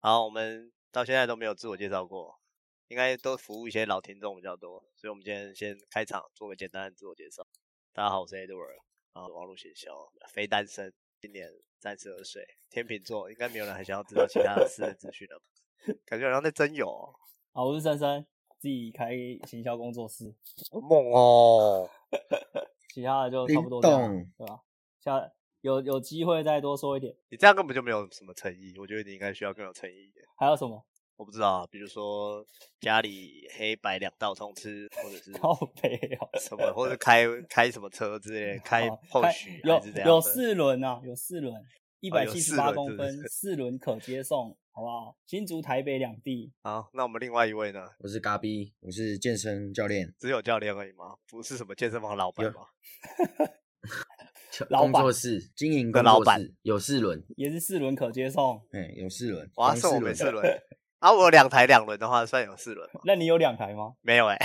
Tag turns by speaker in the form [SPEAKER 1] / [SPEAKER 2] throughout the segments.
[SPEAKER 1] 好，我们到现在都没有自我介绍过，应该都服务一些老听众比较多，所以我们今天先开场做个简单的自我介绍。大家好，我是 Edward，啊，网络行销，非单身，今年三十二岁，天秤座，应该没有人很想要知道其他的私人资讯了吧， 感觉好像在真有、哦，
[SPEAKER 2] 好，我是珊珊，自己开行销工作室，
[SPEAKER 1] 好猛哦，
[SPEAKER 2] 其他的就差
[SPEAKER 3] 灵
[SPEAKER 2] 不多这样，
[SPEAKER 3] 动，
[SPEAKER 2] 对吧？下有有机会再多说一点，
[SPEAKER 1] 你这样根本就没有什么诚意，我觉得你应该需要更有诚意一点。
[SPEAKER 2] 还有什么？
[SPEAKER 1] 我不知道啊，比如说家里黑白两道通吃，或 者是
[SPEAKER 2] 靠北哦，
[SPEAKER 1] 什么，或者开开什么车之类的，开
[SPEAKER 2] 好
[SPEAKER 1] 后
[SPEAKER 2] 开
[SPEAKER 1] 续
[SPEAKER 2] 有
[SPEAKER 1] 还是这样
[SPEAKER 2] 有
[SPEAKER 1] 的
[SPEAKER 2] 四轮啊，有四轮，一百
[SPEAKER 1] 有
[SPEAKER 2] 七
[SPEAKER 1] 四
[SPEAKER 2] 十八
[SPEAKER 1] 轮
[SPEAKER 2] 公
[SPEAKER 1] 是不
[SPEAKER 2] 分，四轮可接送，好不好？新竹、台北两地，
[SPEAKER 1] 好，那我们另外一位呢？
[SPEAKER 3] 我是嘎逼，我是健身教练，
[SPEAKER 1] 只有教练而已吗？不是什么健身房老板
[SPEAKER 3] 有
[SPEAKER 1] 吗？
[SPEAKER 2] 老板
[SPEAKER 3] 工作室经营
[SPEAKER 1] 的
[SPEAKER 3] 工
[SPEAKER 1] 老
[SPEAKER 3] 作
[SPEAKER 1] 板
[SPEAKER 3] 室，有 四轮，
[SPEAKER 2] 也是四轮可接送。
[SPEAKER 3] 哎，有四轮，
[SPEAKER 1] 我要
[SPEAKER 3] 黄
[SPEAKER 1] 送我们
[SPEAKER 3] 四
[SPEAKER 1] 四
[SPEAKER 3] 轮，
[SPEAKER 1] 轮 啊！我有两台两轮的话，算有四轮吗？
[SPEAKER 2] 那你有两台吗？
[SPEAKER 1] 没有哎、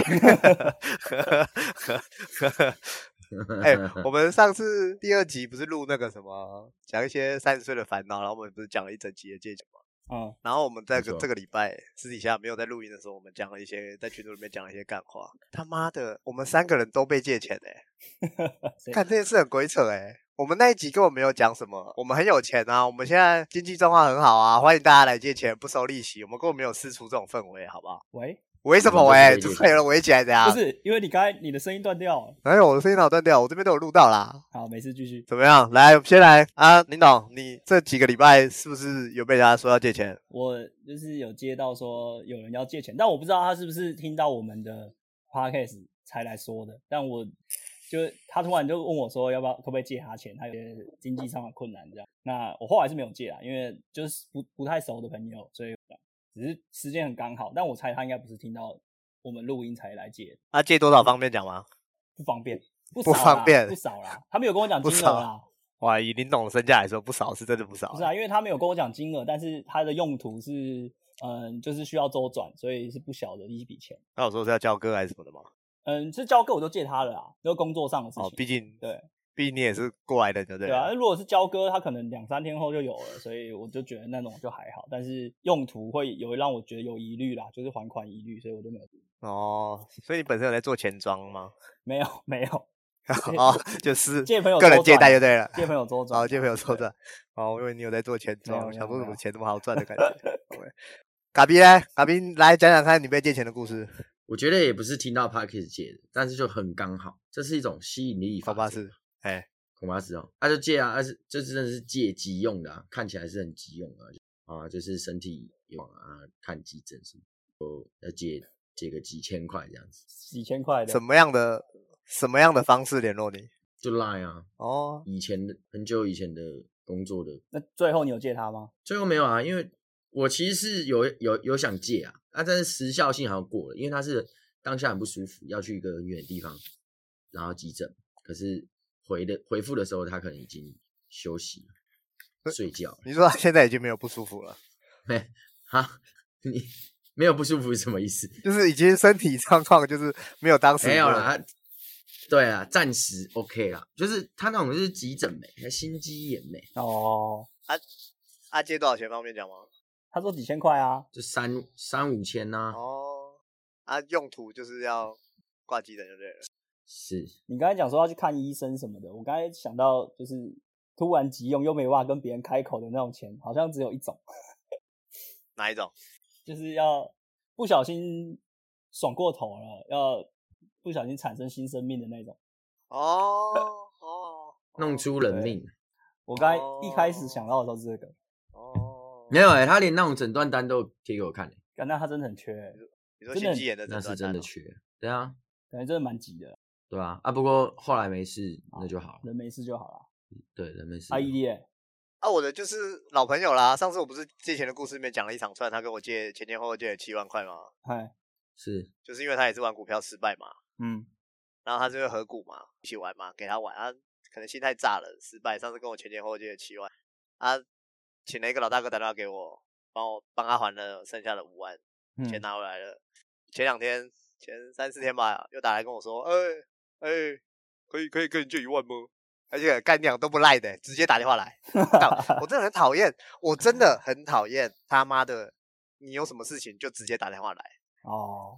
[SPEAKER 1] 哎、我们上次第二集不是录那个什么，讲一些三十岁的烦恼，然后我们不是讲了一整集的戒酒吗？
[SPEAKER 2] 嗯，
[SPEAKER 1] 然后我们在
[SPEAKER 3] 没
[SPEAKER 1] 个
[SPEAKER 3] 错
[SPEAKER 1] 这个礼拜私底下没有在录音的时候，我们讲了一些在群组里面讲了一些干话。他妈的，我们三个人都被借钱哎、
[SPEAKER 2] 谁
[SPEAKER 1] 看这件事很鬼扯哎、我们那一集根本没有讲什么，我们很有钱啊，我们现在经济状况很好啊，欢迎大家来借钱，不收利息，我们根本没有试出这种氛围，好不好？
[SPEAKER 2] 喂，
[SPEAKER 1] 为什么
[SPEAKER 3] 我
[SPEAKER 1] 喂？
[SPEAKER 3] 们都
[SPEAKER 1] 就是
[SPEAKER 3] 被借钱
[SPEAKER 1] 是有人围起来的
[SPEAKER 2] 不
[SPEAKER 1] 呀？
[SPEAKER 2] 是，因为你刚才你的声音断掉了。
[SPEAKER 1] 哎呦，我的声音老断掉，我这边都有录到啦。
[SPEAKER 2] 好，没事，继续。
[SPEAKER 1] 怎么样？来，先来啊，林董，你这几个礼拜是不是有被人家说要借钱？
[SPEAKER 2] 我就是有接到说有人要借钱，但我不知道他是不是听到我们的 podcast 才来说的。但我就他突然就问我说，要不要可不可以借他钱？他有些经济上的困难这样。那我后来是没有借啊，因为就是不不太熟的朋友，所以只是时间很刚好。但我猜他应该不是听到我们录音才来借，
[SPEAKER 1] 啊，借多少方便讲吗？
[SPEAKER 2] 不方便，不
[SPEAKER 1] 不
[SPEAKER 2] 少啦
[SPEAKER 1] 方便
[SPEAKER 2] 不少啦。他没有跟我讲
[SPEAKER 1] 不
[SPEAKER 2] 金额
[SPEAKER 1] 少
[SPEAKER 2] 啦，
[SPEAKER 1] 哇，以林董的身价来说，不少是真的不少、
[SPEAKER 2] 不是啊，因为他没有跟我讲金额，但是他的用途是，嗯，就是需要周转，所以是不小的一笔钱。
[SPEAKER 1] 那我说是要交割还是什么的吗？
[SPEAKER 2] 嗯，是交割我就借他了啊，就工作上的事情。
[SPEAKER 1] 哦，毕竟
[SPEAKER 2] 对
[SPEAKER 1] 毕竟你也是过来的，对不对？
[SPEAKER 2] 对啊，那如果是交割，他可能两三天后就有了，所以我就觉得那种就还好。但是用途会有让我觉得有疑虑啦，就是还款疑虑，所以我就没有
[SPEAKER 1] 哦，所以你本身有在做钱庄吗？
[SPEAKER 2] 没有没有
[SPEAKER 1] 哦，就是
[SPEAKER 2] 借朋友
[SPEAKER 1] 个人
[SPEAKER 2] 周
[SPEAKER 1] 借
[SPEAKER 2] 转
[SPEAKER 1] 贷
[SPEAKER 2] 啊
[SPEAKER 1] 就对了。
[SPEAKER 2] 借朋友周转啊，
[SPEAKER 1] 哦，借朋友周
[SPEAKER 2] 对
[SPEAKER 1] 转。哦，我以为你有在做钱
[SPEAKER 2] 没有
[SPEAKER 1] 庄，
[SPEAKER 2] 没
[SPEAKER 1] 想
[SPEAKER 2] 有
[SPEAKER 1] 说
[SPEAKER 2] 没
[SPEAKER 1] 怎么
[SPEAKER 2] 有
[SPEAKER 1] 钱这么好赚的感觉。OK 嘎比嘞，嘎比来讲讲看你被借钱的故事。
[SPEAKER 3] 我觉得也不是听到 Parkes 借的，但是就很刚好，这是一种吸引力法
[SPEAKER 1] 恐怕
[SPEAKER 3] 则
[SPEAKER 1] 是，哎，
[SPEAKER 3] 恐怕是哦，他、就借啊，但是这真的是借急用的、啊，看起来是很急用的啊就啊，就是身体有啊，看急诊什么，就要借借个几千块这样子，
[SPEAKER 2] 几千块的
[SPEAKER 1] 什，么样的什么样的方式联络你？
[SPEAKER 3] 就赖啊，
[SPEAKER 1] 哦，
[SPEAKER 3] 以前的很久以前的工作的
[SPEAKER 2] 那最后你有借他吗？
[SPEAKER 3] 最后没有啊，因为我其实是有有有想戒啊，啊，但是时效性好像过了，因为他是当下很不舒服，要去一个很远的地方，然后急诊，可是回的回复的时候，他可能已经休息了睡觉了。
[SPEAKER 1] 你说他现在已经没有不舒服了，
[SPEAKER 3] 嘿，哈， 你没有不舒服是什么意思？
[SPEAKER 1] 就是已经身体状况就是没有当时
[SPEAKER 3] 没有
[SPEAKER 1] 那
[SPEAKER 3] 啦，
[SPEAKER 1] 么
[SPEAKER 3] 他对啊，暂时 OK 啦，就是他那种就是急诊没，还心肌炎没，
[SPEAKER 2] 哦，
[SPEAKER 1] 啊，借多少钱方便讲吗？
[SPEAKER 2] 他说几千块啊，
[SPEAKER 3] 就三三五千啊呐、
[SPEAKER 1] 哦，啊，用途就是要挂机的就对了。
[SPEAKER 3] 是
[SPEAKER 2] 你刚才讲说要去看医生什么的，我刚才想到就是突然急用又没办法跟别人开口的那种钱，好像只有一种，
[SPEAKER 1] 哪一种？
[SPEAKER 2] 就是要不小心爽过头了，要不小心产生新生命的那种。
[SPEAKER 1] 哦哦，
[SPEAKER 3] 弄出人命。
[SPEAKER 2] 我刚才一开始想到的都是这个，
[SPEAKER 1] 哦。
[SPEAKER 3] 没有哎、他连那种诊断单都贴给我看、欸，
[SPEAKER 2] 感那他真的很缺欸、
[SPEAKER 1] 你说
[SPEAKER 2] 真
[SPEAKER 1] 心
[SPEAKER 2] 的
[SPEAKER 1] 肌炎的
[SPEAKER 3] 那
[SPEAKER 1] 诊
[SPEAKER 3] 是
[SPEAKER 1] 断
[SPEAKER 3] 真
[SPEAKER 1] 单
[SPEAKER 3] 的
[SPEAKER 1] 哦
[SPEAKER 3] 缺。对啊，
[SPEAKER 2] 感觉真的蛮急的，
[SPEAKER 3] 对啊，啊，不过后来没事，那
[SPEAKER 1] 哦
[SPEAKER 3] 就好了。
[SPEAKER 2] 人没事就好了。E
[SPEAKER 3] 对，人没事。
[SPEAKER 2] 阿姨耶，
[SPEAKER 1] 啊，我的就是老朋友啦。上次我不是借钱的故事里面讲了一长串，他跟我借前前后后借了七万块嘛，
[SPEAKER 2] 嗨，
[SPEAKER 3] 是
[SPEAKER 1] 就是因为他也是玩股票失败嘛，
[SPEAKER 2] 嗯，
[SPEAKER 1] 然后他就会合股嘛，一起玩嘛，给他玩，他可能心态炸了，失败。上次跟我前前后后借了七万，啊，请了一个老大哥打电话给我，帮我帮他还了剩下的五万，
[SPEAKER 2] 嗯
[SPEAKER 1] 钱拿回来了。前两天，前三四天吧，又打来跟我说，哎、哎、可以可以跟你借一万吗？而且干娘都不赖的，直接打电话 来。干我真的很讨厌，我真的很讨厌他妈的，你有什么事情就直接打电话来，
[SPEAKER 2] 哦，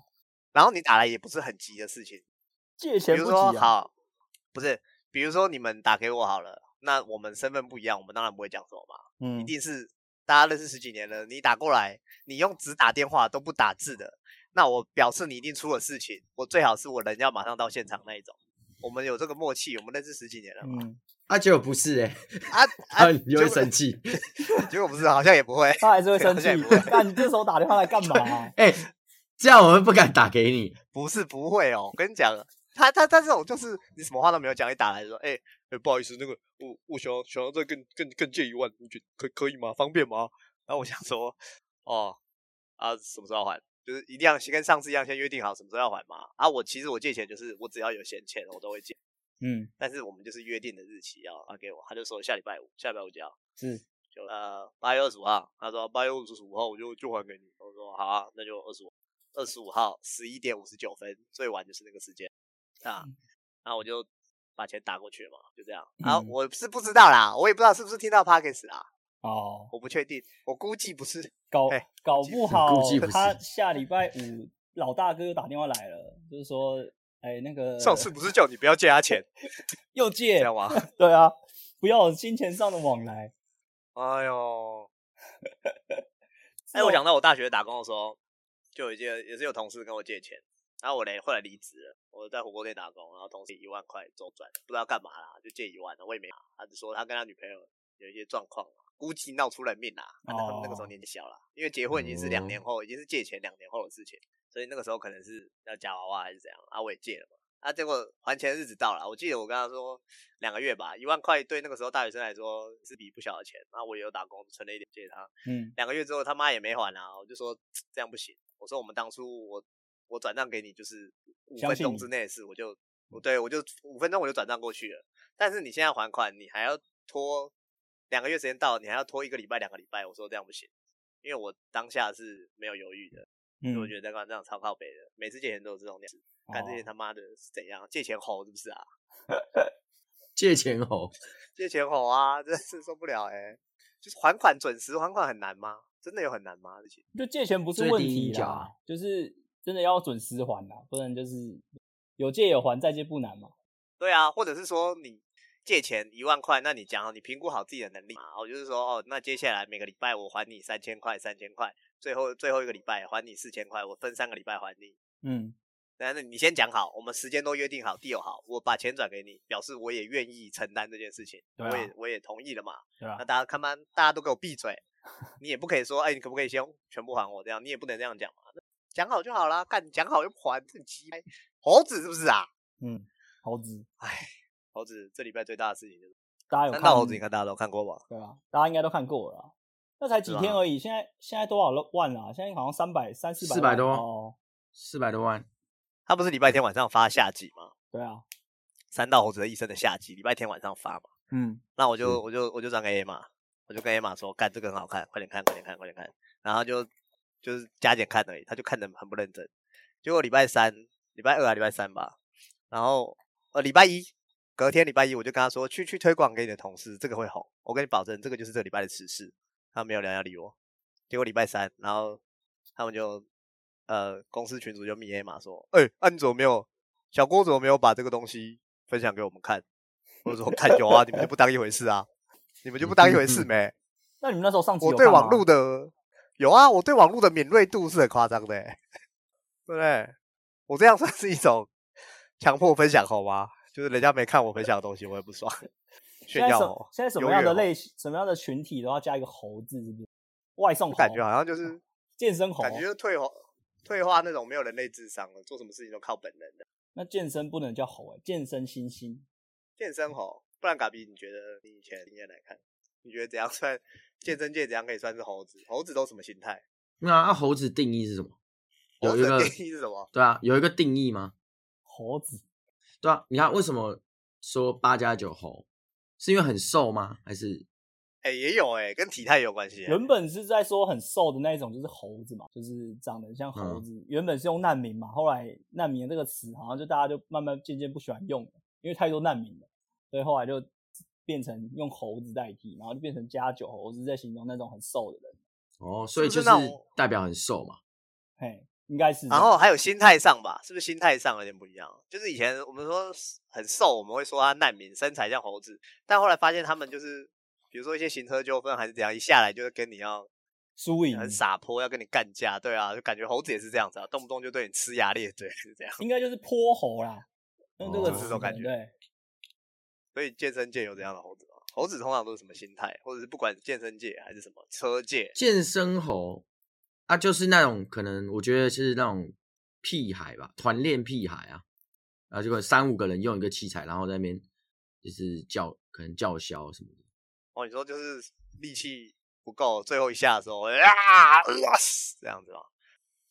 [SPEAKER 1] 然后你打来也不是很急的事情，
[SPEAKER 2] 借
[SPEAKER 1] 比
[SPEAKER 2] 钱
[SPEAKER 1] 如
[SPEAKER 2] 不
[SPEAKER 1] 说
[SPEAKER 2] 急啊。
[SPEAKER 1] 好，不是，比如说你们打给我好了，那我们身份不一样，我们当然不会讲什么嘛，一
[SPEAKER 2] 嗯，
[SPEAKER 1] 定是大家认识十几年了，你打过来，你用只打电话都不打字的，那我表示你一定出了事情，我最好是我人要马上到现场那一种。我们有这个默契，我们认识十几年了嘛？
[SPEAKER 2] 嗯，
[SPEAKER 3] 啊，结果不是哎、
[SPEAKER 1] 啊
[SPEAKER 3] 啊，
[SPEAKER 1] 啊！
[SPEAKER 3] 你会
[SPEAKER 1] 结果
[SPEAKER 3] 生气。
[SPEAKER 1] 结果不是，好像也不会。
[SPEAKER 2] 他还是会生
[SPEAKER 1] 好
[SPEAKER 2] 气
[SPEAKER 1] 像 也不会。
[SPEAKER 2] 那你这时候打电话来干嘛 啊？
[SPEAKER 3] 哎、这样我们不敢打给你。
[SPEAKER 1] 不是不会哦，我跟你讲，他他他这种就是你什么话都没有讲，一打来就说，哎、哎、不好意思，那个我我想要想要再更更更借一万，你觉得可可以吗？方便吗？然后我想说，哦啊，什么时候要还？就是一定要先跟上次一样，先约定好什么时候要还嘛。啊，我其实我借钱就是我只要有闲钱我都会借，
[SPEAKER 2] 嗯，
[SPEAKER 1] 但是我们就是约定的日期要啊给我，他就说下礼拜五，下礼拜五就要。
[SPEAKER 2] 是
[SPEAKER 1] 就呃八月二十五号，他说八月二十五号我就就还给你，我说好啊，那就二十五二十五号十一点五十九分最晚就是那个时间啊，
[SPEAKER 2] 嗯
[SPEAKER 1] 然后我就把钱打过去嘛，就这样。啊，
[SPEAKER 2] 嗯
[SPEAKER 1] 我是不知道啦，我也不知道是不是听到 Pockets 啦，
[SPEAKER 2] 哦，
[SPEAKER 1] 我不确定，我估计不是，
[SPEAKER 2] 搞
[SPEAKER 1] 哎
[SPEAKER 2] 搞
[SPEAKER 1] 计
[SPEAKER 2] 不
[SPEAKER 1] 不是
[SPEAKER 2] 好
[SPEAKER 3] 估计不是
[SPEAKER 2] 他下礼拜五老大哥又打电话来了，就是说，哎，那个
[SPEAKER 1] 上次不是叫你不要借他钱，
[SPEAKER 2] 又
[SPEAKER 1] 这
[SPEAKER 2] 借
[SPEAKER 1] 样，吗？
[SPEAKER 2] 对啊，不要有金钱上的往来。
[SPEAKER 1] 哎呦，
[SPEAKER 2] 这
[SPEAKER 1] 哎，我
[SPEAKER 2] 种
[SPEAKER 1] 想到我大学打工的时候，就有一件也是有同事跟我借钱，然后我嘞后来离职了，我在火锅店打工，然后同事一万块周转，不知道干嘛啦，就借一万，我也没拿。他就说他跟他女朋友有一些状况啦，估计闹出人命啦。反正他们那个时候
[SPEAKER 2] 哦
[SPEAKER 1] 年纪小啦，因为结婚已经是两年
[SPEAKER 3] 哦
[SPEAKER 1] 后，已经是借钱两年后的事情，所以那个时候可能是要夹娃娃还是怎样啊，我也借了嘛。啊，结果还钱的日子到了，我记得我跟他说两个月吧，一万块对那个时候大学生来说是笔不小的钱，然后我也有打工存了一点借他，
[SPEAKER 2] 嗯
[SPEAKER 1] 两个月之后他妈也没还啊，我就说这样不行，我说我们当初我我转账给你就是五
[SPEAKER 2] 相
[SPEAKER 1] 分
[SPEAKER 2] 信
[SPEAKER 1] 钟
[SPEAKER 2] 你
[SPEAKER 1] 之内的事，我就我对我就五分钟我就转账过去了，但是你现在还款，你还要拖两个月时间到，你还要拖一个礼拜两个礼拜，我说这样不行，因为我当下是没有犹豫的，所以我
[SPEAKER 2] 嗯，
[SPEAKER 1] 觉得这样超靠北的，每次借钱都有这种事，干这些
[SPEAKER 2] 哦
[SPEAKER 1] 他妈的是怎样借钱吼是不是啊？
[SPEAKER 3] 借钱哦猴，
[SPEAKER 1] 借钱吼啊，真是受不了哎、就是还款准时还款很难吗？真的有很难吗？这些
[SPEAKER 2] 就借钱不是
[SPEAKER 3] 最
[SPEAKER 2] 问
[SPEAKER 3] 低一
[SPEAKER 2] 题
[SPEAKER 3] 角
[SPEAKER 2] 啦
[SPEAKER 3] 啊，
[SPEAKER 2] 就是真的要准时还啦，不然就是有借有还，再借不难嘛。
[SPEAKER 1] 对啊，或者是说你借钱一万块，那你讲好你评估好自己的能力嘛？我就是说，哦，那接下来每个礼拜我还你三千块，三千块，最后最后一个礼拜还你四千块，我分三个礼拜还你。
[SPEAKER 2] 嗯，
[SPEAKER 1] 但是你先讲好，我们时间都约定好，deal 好，我把钱转给你，表示我也愿意承担这件事情，
[SPEAKER 2] 对啊
[SPEAKER 1] 我也我也同意了嘛。
[SPEAKER 2] 对啊吧
[SPEAKER 1] 那？大家看吧，大家都给我闭 嘴，你也不可以说，哎、你可不可以先全部还我？这样你也不能这样讲嘛，讲好就好啦，干讲好又不还，这鸡掰猴子是不是啊？
[SPEAKER 2] 嗯，猴子，
[SPEAKER 1] 猴子这礼拜最大的事情就是。
[SPEAKER 2] 大家有
[SPEAKER 1] 三
[SPEAKER 2] 看
[SPEAKER 1] 道猴子，应该大家都看过吧？
[SPEAKER 2] 对吧？大家应该都看过了啦，那才几
[SPEAKER 1] 是
[SPEAKER 2] 天
[SPEAKER 1] 吧
[SPEAKER 2] 而已，现在现在多少万啦？现在好像三百三四百
[SPEAKER 3] 400多
[SPEAKER 2] 哦，
[SPEAKER 3] 四百多万，
[SPEAKER 1] 他不是礼拜天晚上发下集吗？
[SPEAKER 2] 对啊，
[SPEAKER 1] 三道猴子的一生的下集，礼拜天晚上发嘛。
[SPEAKER 2] 嗯，
[SPEAKER 1] 那我就我就我就转给 A 玛，我就跟 A 玛说，干这个很好看，快点看，快点看，快点看。然后就就是加减看而已，他就看得很不认真。结果礼拜三、礼拜二啊、礼拜三吧，然后呃礼拜一，隔天礼拜一我就跟他说，去去推广给你的同事，这个会红，我跟你保证，这个就是这个礼拜的时事。他没有人要理我。结果礼拜三，然后他们就呃公司群主就密 A 玛说，哎、啊你怎么没有小郭怎么没有把这个东西分享给我们看？我说看有啊，你们就不当一回事啊，你们就不当一回事没？
[SPEAKER 2] 那你们那时候上集
[SPEAKER 1] 我
[SPEAKER 2] 有
[SPEAKER 1] 对
[SPEAKER 2] 看
[SPEAKER 1] 网
[SPEAKER 2] 吗
[SPEAKER 1] 络的有啊，我对网络的敏锐度是很夸张的欸、 对不对？我这样算是一种强迫分享好吗？就是人家没看我分享的东西，我也不爽，炫
[SPEAKER 2] 现在
[SPEAKER 1] 耀
[SPEAKER 2] 什
[SPEAKER 1] 哦。
[SPEAKER 2] 现在什
[SPEAKER 1] 优
[SPEAKER 2] 么样
[SPEAKER 1] 越
[SPEAKER 2] 的
[SPEAKER 1] 哦
[SPEAKER 2] 类型什么样的群体都要加一个猴字，是不是？外送
[SPEAKER 1] 我
[SPEAKER 2] 猴，
[SPEAKER 1] 感觉好像就是
[SPEAKER 2] 健身猴，
[SPEAKER 1] 感觉就是退化退化那种没有人类智商了，做什么事情都靠本能的
[SPEAKER 2] 那健身不能叫猴哎、健身星星
[SPEAKER 1] 健身吼。不然，嘎比，你觉得你以前的经验来看，你觉得怎样算健身界怎样可以算是猴子？猴子都什么心态？
[SPEAKER 3] 那啊，猴子定义是什么？
[SPEAKER 1] 猴
[SPEAKER 3] 有一
[SPEAKER 1] 子的
[SPEAKER 3] 个
[SPEAKER 1] 定义是什么？
[SPEAKER 3] 对啊，有一个定义吗？
[SPEAKER 2] 猴子，
[SPEAKER 3] 对啊，你看为什么说八加九猴，是因为很瘦吗？还是
[SPEAKER 1] 哎、也有哎、跟体态有关系欸、
[SPEAKER 2] 原本是在说很瘦的那一种，就是猴子嘛，就是长得像猴子。原本是用难民嘛，后来难民这个词好像就大家就慢慢渐渐不喜欢用了，因为太多难民了，所以后来就变成用猴子代替，然后就变成加九猴子在形容那种很瘦的人。
[SPEAKER 3] 哦，所以
[SPEAKER 1] 是
[SPEAKER 3] 就
[SPEAKER 1] 不
[SPEAKER 3] 是
[SPEAKER 1] 是那种
[SPEAKER 3] 代表很瘦嘛。
[SPEAKER 2] 嘿，应该是这
[SPEAKER 1] 然
[SPEAKER 2] 样。
[SPEAKER 1] 后还有心态上吧，是不是心态上有点不一样？就是以前我们说很瘦，我们会说他难民，身材像猴子，但后来发现他们就是，比如说一些行车纠纷还是怎样，一下来就是跟你要
[SPEAKER 2] 输赢
[SPEAKER 1] 很洒脱，要跟你干架，对啊，就感觉猴子也是这样子啊，动不动就对你呲牙咧嘴， 是这样。
[SPEAKER 2] 应该就是泼猴啦，用这个
[SPEAKER 3] 哦
[SPEAKER 2] 词
[SPEAKER 1] 这种感觉
[SPEAKER 2] 对，
[SPEAKER 1] 所以健身界有这样的猴子吗？猴子通常都是什么心态，或者是不管健身界还是什么车界，
[SPEAKER 3] 健身猴，啊，就是那种可能，我觉得是那种屁孩吧，团练屁孩啊，然后结果三五个人用一个器材，然后在那边就是叫，可能叫嚣什么的。
[SPEAKER 1] 哦，你说就是力气不够，最后一下的时候啊，呃这样子吧。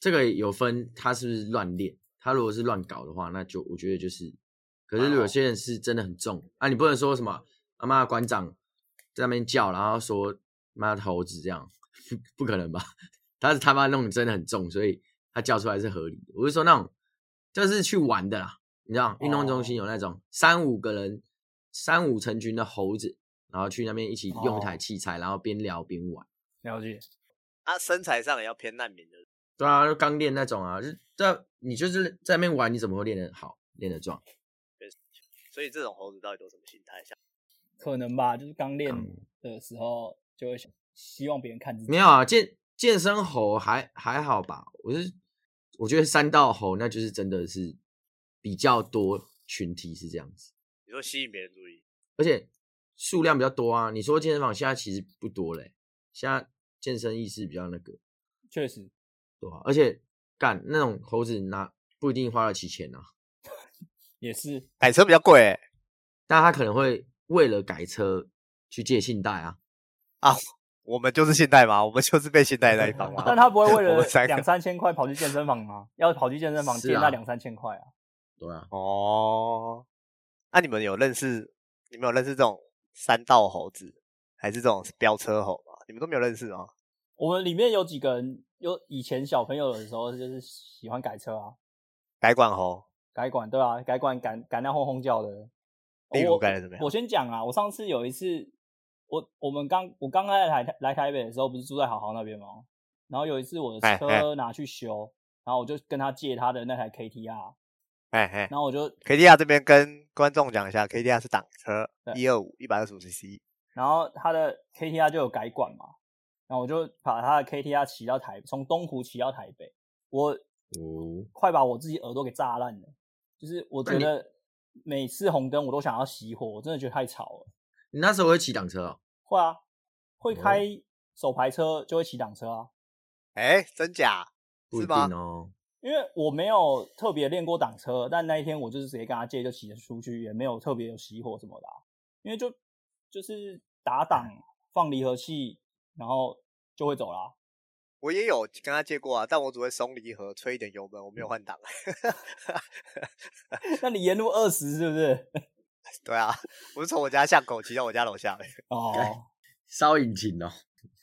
[SPEAKER 3] 这个有分他是不是乱练，他如果是乱搞的话，那就我觉得就是，可是有些人是真的很重啊，你不能说什么阿妈馆长在那边叫，然后说妈的猴子这样， 不可能吧？ 他是他妈弄得真的很重，所以他叫出来是合理的。我是说那种就是去玩的啦，你知道运动中心有那种三五个人三五成群的猴子，然后去那边一起用一台
[SPEAKER 2] 哦
[SPEAKER 3] 器材，然后边聊边玩。
[SPEAKER 2] 了解。
[SPEAKER 1] 啊，身材上也要偏难民的，
[SPEAKER 3] 对啊，就刚练那种啊，就是在你就是在那边玩，你怎么会练得好，练得壮？
[SPEAKER 1] 所以这种猴子到底都什么心态？像
[SPEAKER 2] 可能吧，就是刚练
[SPEAKER 3] 嗯
[SPEAKER 2] 的时候就会想希望别人看自己。
[SPEAKER 3] 没有啊，健健身猴还还好吧，我是我觉得三道猴那就是真的是比较多群体是这样子，
[SPEAKER 1] 你说吸引别人注意，
[SPEAKER 3] 而且数量比较多啊。你说健身房现在其实不多嘞、现在健身意识比较那个，
[SPEAKER 2] 确实，
[SPEAKER 3] 对吧、而且干那种猴子拿不一定花得起钱啊，
[SPEAKER 2] 也是
[SPEAKER 1] 改车比较贵、欸、
[SPEAKER 3] 但他可能会为了改车去借信贷啊。
[SPEAKER 1] 我们就是信贷嘛，我们就是被信贷那一方嘛。
[SPEAKER 2] 但他不会为
[SPEAKER 1] 我
[SPEAKER 2] 了
[SPEAKER 1] 们三个
[SPEAKER 2] 两三千块跑去健身房吗？要跑去健身房
[SPEAKER 3] 是
[SPEAKER 2] 借那
[SPEAKER 3] 啊
[SPEAKER 2] 两三千块啊？
[SPEAKER 3] 对啊，
[SPEAKER 1] 哦，那、你们有认识？你们有认识这种三道猴子，还是这种飙车猴吗？你们都没有认识哦吗？
[SPEAKER 2] 我们里面有几个人，有以前小朋友的时候就是喜欢改车啊，
[SPEAKER 1] 改管猴，
[SPEAKER 2] 改管对啊，改管改改那轰轰叫的。
[SPEAKER 1] 例如
[SPEAKER 2] 我
[SPEAKER 1] 改得怎么样
[SPEAKER 2] 我先讲啊，我上次有一次，我我们刚我刚来台来台北的时候，不是住在好好那边吗？然后有一次我的
[SPEAKER 1] 哎
[SPEAKER 2] 车
[SPEAKER 1] 哎
[SPEAKER 2] 拿去修，然后我就跟他借他的那台 KTR，
[SPEAKER 1] 哎哎
[SPEAKER 2] 然后我就
[SPEAKER 1] ，KDR 这边跟观众讲一下，KDR 是挡车，
[SPEAKER 2] 对
[SPEAKER 1] 一二五一百二十五 CC，
[SPEAKER 2] 然后他的 KTR 就有改管嘛，然后我就把他的 KTR 骑到台，从东湖骑到台北，我
[SPEAKER 3] 哦，
[SPEAKER 2] 快把我自己耳朵给炸烂了。就是我觉
[SPEAKER 3] 那你
[SPEAKER 2] 得每次红灯我都想要熄火，我真的觉得太吵了。
[SPEAKER 3] 你那时候会骑挡车哦？
[SPEAKER 2] 会啊，会
[SPEAKER 3] 哦
[SPEAKER 2] 开手排车就会骑挡车啊，
[SPEAKER 1] 哎，真假？
[SPEAKER 3] 不
[SPEAKER 1] 是
[SPEAKER 3] 一
[SPEAKER 1] 吗
[SPEAKER 3] 定？哦。
[SPEAKER 2] 因为我没有特别练过挡车，但那一天我就是直接跟他借就骑着出去，也没有特别有熄火什么的啊、因为就就是打档
[SPEAKER 3] 嗯
[SPEAKER 2] 放离合器，然后就会走啦。
[SPEAKER 1] 我也有跟他借过啊，但我只会松离合，吹一点油门，我没有换挡。
[SPEAKER 2] 那你沿路二十是不是？
[SPEAKER 1] 对啊， 我是从我家巷口骑到我家楼下的，
[SPEAKER 2] 哦，
[SPEAKER 3] 烧引擎哦，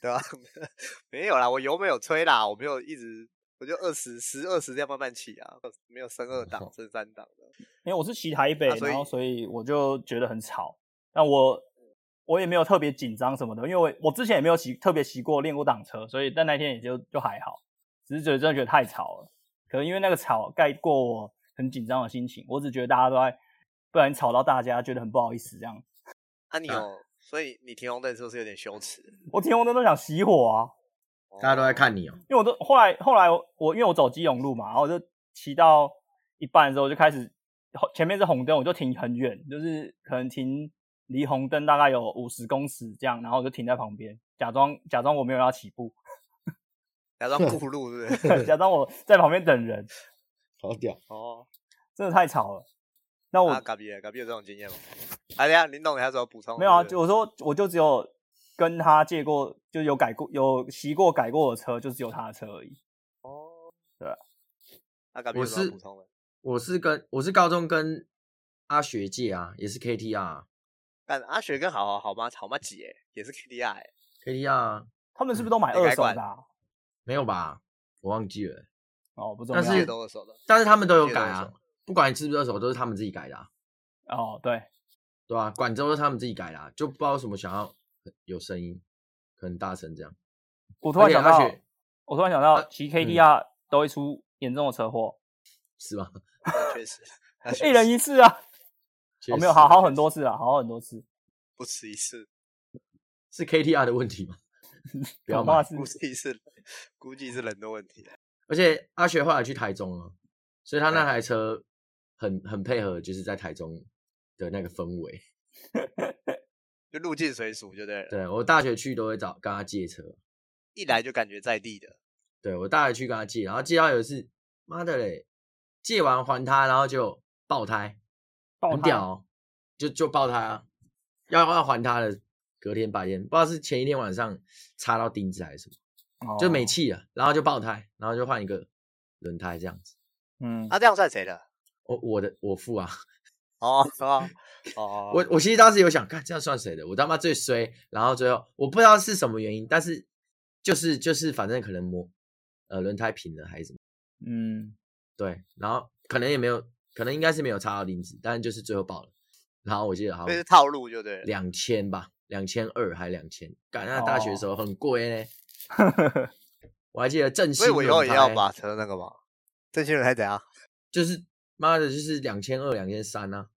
[SPEAKER 1] 对吧、 没有啦，我油没有吹啦，我没有一直，我就二十十二十这样慢慢骑啊，没有升二档升三档的。
[SPEAKER 2] 因为我是骑台北，
[SPEAKER 1] 啊所以
[SPEAKER 2] 然后所以我就觉得很吵，但我我也没有特别紧张什么的，因为我我之前也没有骑特别骑过练过挡车，所以但那天也就就还好，只是觉得真的觉得太吵了，可能因为那个吵盖过我很紧张的心情，我只觉得大家都在，不然吵到大家觉得很不好意思这样，
[SPEAKER 1] 啊，你
[SPEAKER 3] 啊
[SPEAKER 1] 有，所以你停红灯是不是有点羞耻？
[SPEAKER 2] 我停红灯都想熄火啊，
[SPEAKER 3] 大家都在看你哦。
[SPEAKER 2] 因为我都后来后来我我因为我走基隆路嘛，然后我就骑到一半的时候，我就开始后前面是红灯，我就停很远，就是可能停离红灯大概有五十公尺这样，然后我就停在旁边，假装假装我没有要起 步，
[SPEAKER 1] 假装顾路是不 是？
[SPEAKER 2] 假装我在旁边等人，
[SPEAKER 3] 好屌！
[SPEAKER 1] 哦，
[SPEAKER 2] 真的太吵了。那我、
[SPEAKER 1] 那嘎比尔，嘎比尔有这种经验吗？啊，等一下林董还有什么补充？
[SPEAKER 2] 没有啊，
[SPEAKER 1] 是
[SPEAKER 2] 就
[SPEAKER 1] 不是
[SPEAKER 2] 我说我就只有跟他借过，就有改过有骑过改过我的车，就只有他的车而已。
[SPEAKER 1] 啊，嘎比尔
[SPEAKER 3] 我
[SPEAKER 1] 有什么要
[SPEAKER 3] 是
[SPEAKER 1] 补充的？
[SPEAKER 3] 我是跟我是高中跟阿学借啊，也是 KTR 啊
[SPEAKER 1] 但阿雪跟好好好吗？好吗姐、也是 KDI，、欸、
[SPEAKER 3] KTR 啊
[SPEAKER 2] 他们是不是都买
[SPEAKER 1] 嗯
[SPEAKER 2] 二
[SPEAKER 1] 改
[SPEAKER 2] 手
[SPEAKER 1] 管
[SPEAKER 2] 的、啊？
[SPEAKER 3] 没有吧？我忘记了，
[SPEAKER 2] 哦，不重要。
[SPEAKER 3] 但是
[SPEAKER 1] 都二手的。
[SPEAKER 3] 但是他们都有
[SPEAKER 1] 借的
[SPEAKER 3] 改
[SPEAKER 1] 二
[SPEAKER 3] 啊
[SPEAKER 1] 手，
[SPEAKER 3] 不管你是不是二手，都是他们自己改的啊。
[SPEAKER 2] 哦，对，
[SPEAKER 3] 对吧、管州是他们自己改啦，就不知道为什么想要有声音，很大声这样。
[SPEAKER 2] 我突然
[SPEAKER 3] 而且
[SPEAKER 2] 想
[SPEAKER 3] 阿
[SPEAKER 2] 到
[SPEAKER 3] 雪，
[SPEAKER 2] 我突然想到，
[SPEAKER 3] 啊
[SPEAKER 2] 骑 KDR 都会出严重的车祸，
[SPEAKER 3] 是吗？
[SPEAKER 1] 那确实，那确
[SPEAKER 2] 一人
[SPEAKER 1] 实
[SPEAKER 2] 一次啊，
[SPEAKER 3] 确
[SPEAKER 2] 我
[SPEAKER 3] 实
[SPEAKER 2] 没有好好很多次啊，好好很多次，
[SPEAKER 1] 不止一次，
[SPEAKER 3] 是 KTR 的问 题吗？不要
[SPEAKER 2] 恐怕
[SPEAKER 3] 买。
[SPEAKER 2] 是
[SPEAKER 1] 估计是 估计是人的问题。啊
[SPEAKER 3] 而且阿雪后来去台中了，所以他
[SPEAKER 1] 对
[SPEAKER 3] 那台车很很配合，就是在台中的那个氛围。
[SPEAKER 1] 就入境随俗就对了。
[SPEAKER 3] 对我大学去都会找跟他借车，
[SPEAKER 1] 一来就感觉在地的，
[SPEAKER 3] 对我大学去跟他借，然后借到有一次，妈的嘞，借完还他，然后就爆胎，
[SPEAKER 2] 爆
[SPEAKER 3] 很
[SPEAKER 2] 胎
[SPEAKER 3] 屌、哦，就就爆胎啊，要要还他的。隔天白天不知道是前一天晚上插到钉子还是什么，就没
[SPEAKER 2] 哦
[SPEAKER 3] 气了，然后就爆胎，然后就换一个轮胎这样子。
[SPEAKER 2] 嗯
[SPEAKER 1] 啊，这样算谁的？
[SPEAKER 3] 我我的我付啊，
[SPEAKER 1] 哦哦哦，
[SPEAKER 3] 我我其实当时有想，看这样算谁的？我他妈最衰，然后最后我不知道是什么原因，但是就是就是反正可能磨呃轮胎平了还是怎么，
[SPEAKER 2] 嗯，
[SPEAKER 3] 对，然后可能也没有，可能应该是没有插到钉子，但是就是最后爆了。然后我记得好
[SPEAKER 1] 这是
[SPEAKER 3] 像
[SPEAKER 1] 套路就对了。
[SPEAKER 3] 两千吧，两千二还两千，赶那大学的时
[SPEAKER 1] 哦
[SPEAKER 3] 候很贵呢、我还记得正
[SPEAKER 1] 所
[SPEAKER 3] 新
[SPEAKER 1] 以
[SPEAKER 3] 轮
[SPEAKER 1] 我以
[SPEAKER 3] 胎，
[SPEAKER 1] 后也要把车那个嘛，这些人还怎样？
[SPEAKER 3] 就是妈的，就是两千二、两千三啊，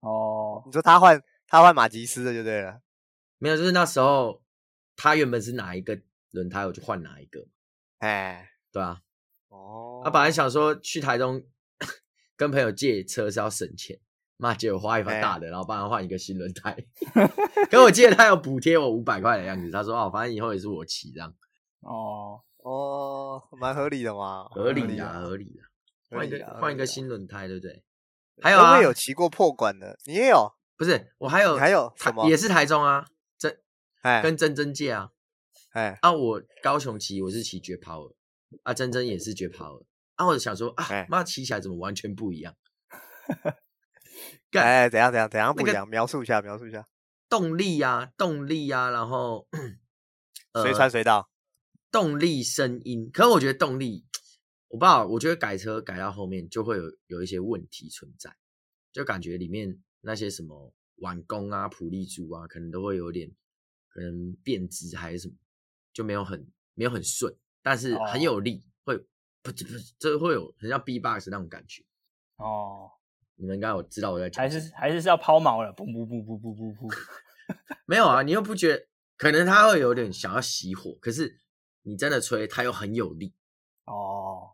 [SPEAKER 2] 哦，
[SPEAKER 1] 你说他换他换马吉斯的就对了。
[SPEAKER 3] 没有，就是那时候他原本是哪一个轮胎，我就换哪一个，
[SPEAKER 1] 哎，
[SPEAKER 3] 对啊，
[SPEAKER 1] 哦，
[SPEAKER 3] 他本来想说去台中跟朋友借车是要省钱，妈结果花一把
[SPEAKER 1] 哎
[SPEAKER 3] 大的，然后帮他换一个新轮胎。 可我记得他有补贴我五百块的样子，他说哦，反正以后也是我骑这样，
[SPEAKER 2] 哦，
[SPEAKER 1] 哦，蛮哦合理的嘛，
[SPEAKER 3] 合理
[SPEAKER 1] 的
[SPEAKER 3] 啊，合理的、
[SPEAKER 1] 合
[SPEAKER 3] 换一
[SPEAKER 1] 理
[SPEAKER 3] 个
[SPEAKER 1] 啊合
[SPEAKER 3] 换一
[SPEAKER 1] 理
[SPEAKER 3] 个
[SPEAKER 1] 啊
[SPEAKER 3] 新轮胎，对不对？还有
[SPEAKER 1] 我
[SPEAKER 3] 啊，
[SPEAKER 1] 也有骑过破管的，你也有？
[SPEAKER 3] 不是我还有
[SPEAKER 1] 你还有
[SPEAKER 3] 台
[SPEAKER 1] 什么
[SPEAKER 3] 也是台中啊，真
[SPEAKER 1] 哎，
[SPEAKER 3] 跟珍珍借啊。
[SPEAKER 1] 哎
[SPEAKER 3] 啊，我高雄骑我是骑绝跑了，啊，珍珍也是绝跑了。啊，我就想说啊
[SPEAKER 1] 哎，
[SPEAKER 3] 妈骑起来怎么完全不一样？干
[SPEAKER 1] 哎，怎样怎样怎样不
[SPEAKER 3] 那
[SPEAKER 1] 一
[SPEAKER 3] 个
[SPEAKER 1] 样？描述一下，描述一下，
[SPEAKER 3] 动力啊，动力啊，然后呃
[SPEAKER 1] 随传随到。
[SPEAKER 3] 动力声音。可是我觉得动力，我不知道，我觉得改车改到后面就会有有一些问题存在，就感觉里面那些什么碗工啊、普利珠啊，可能都会有点可能变质还是什么，就没有很没有很顺，但是很
[SPEAKER 2] 哦
[SPEAKER 3] 有力，会不不这会有很像 B box 那种感觉。
[SPEAKER 2] 哦，
[SPEAKER 3] 你们应该有知道我在讲
[SPEAKER 2] 还
[SPEAKER 3] 什么
[SPEAKER 2] 是还是是要抛锚了，不不不不不不不，
[SPEAKER 3] 没有啊，你又不觉得？可能他会有点想要熄火，可是你真的吹，他又很有力，
[SPEAKER 2] 哦，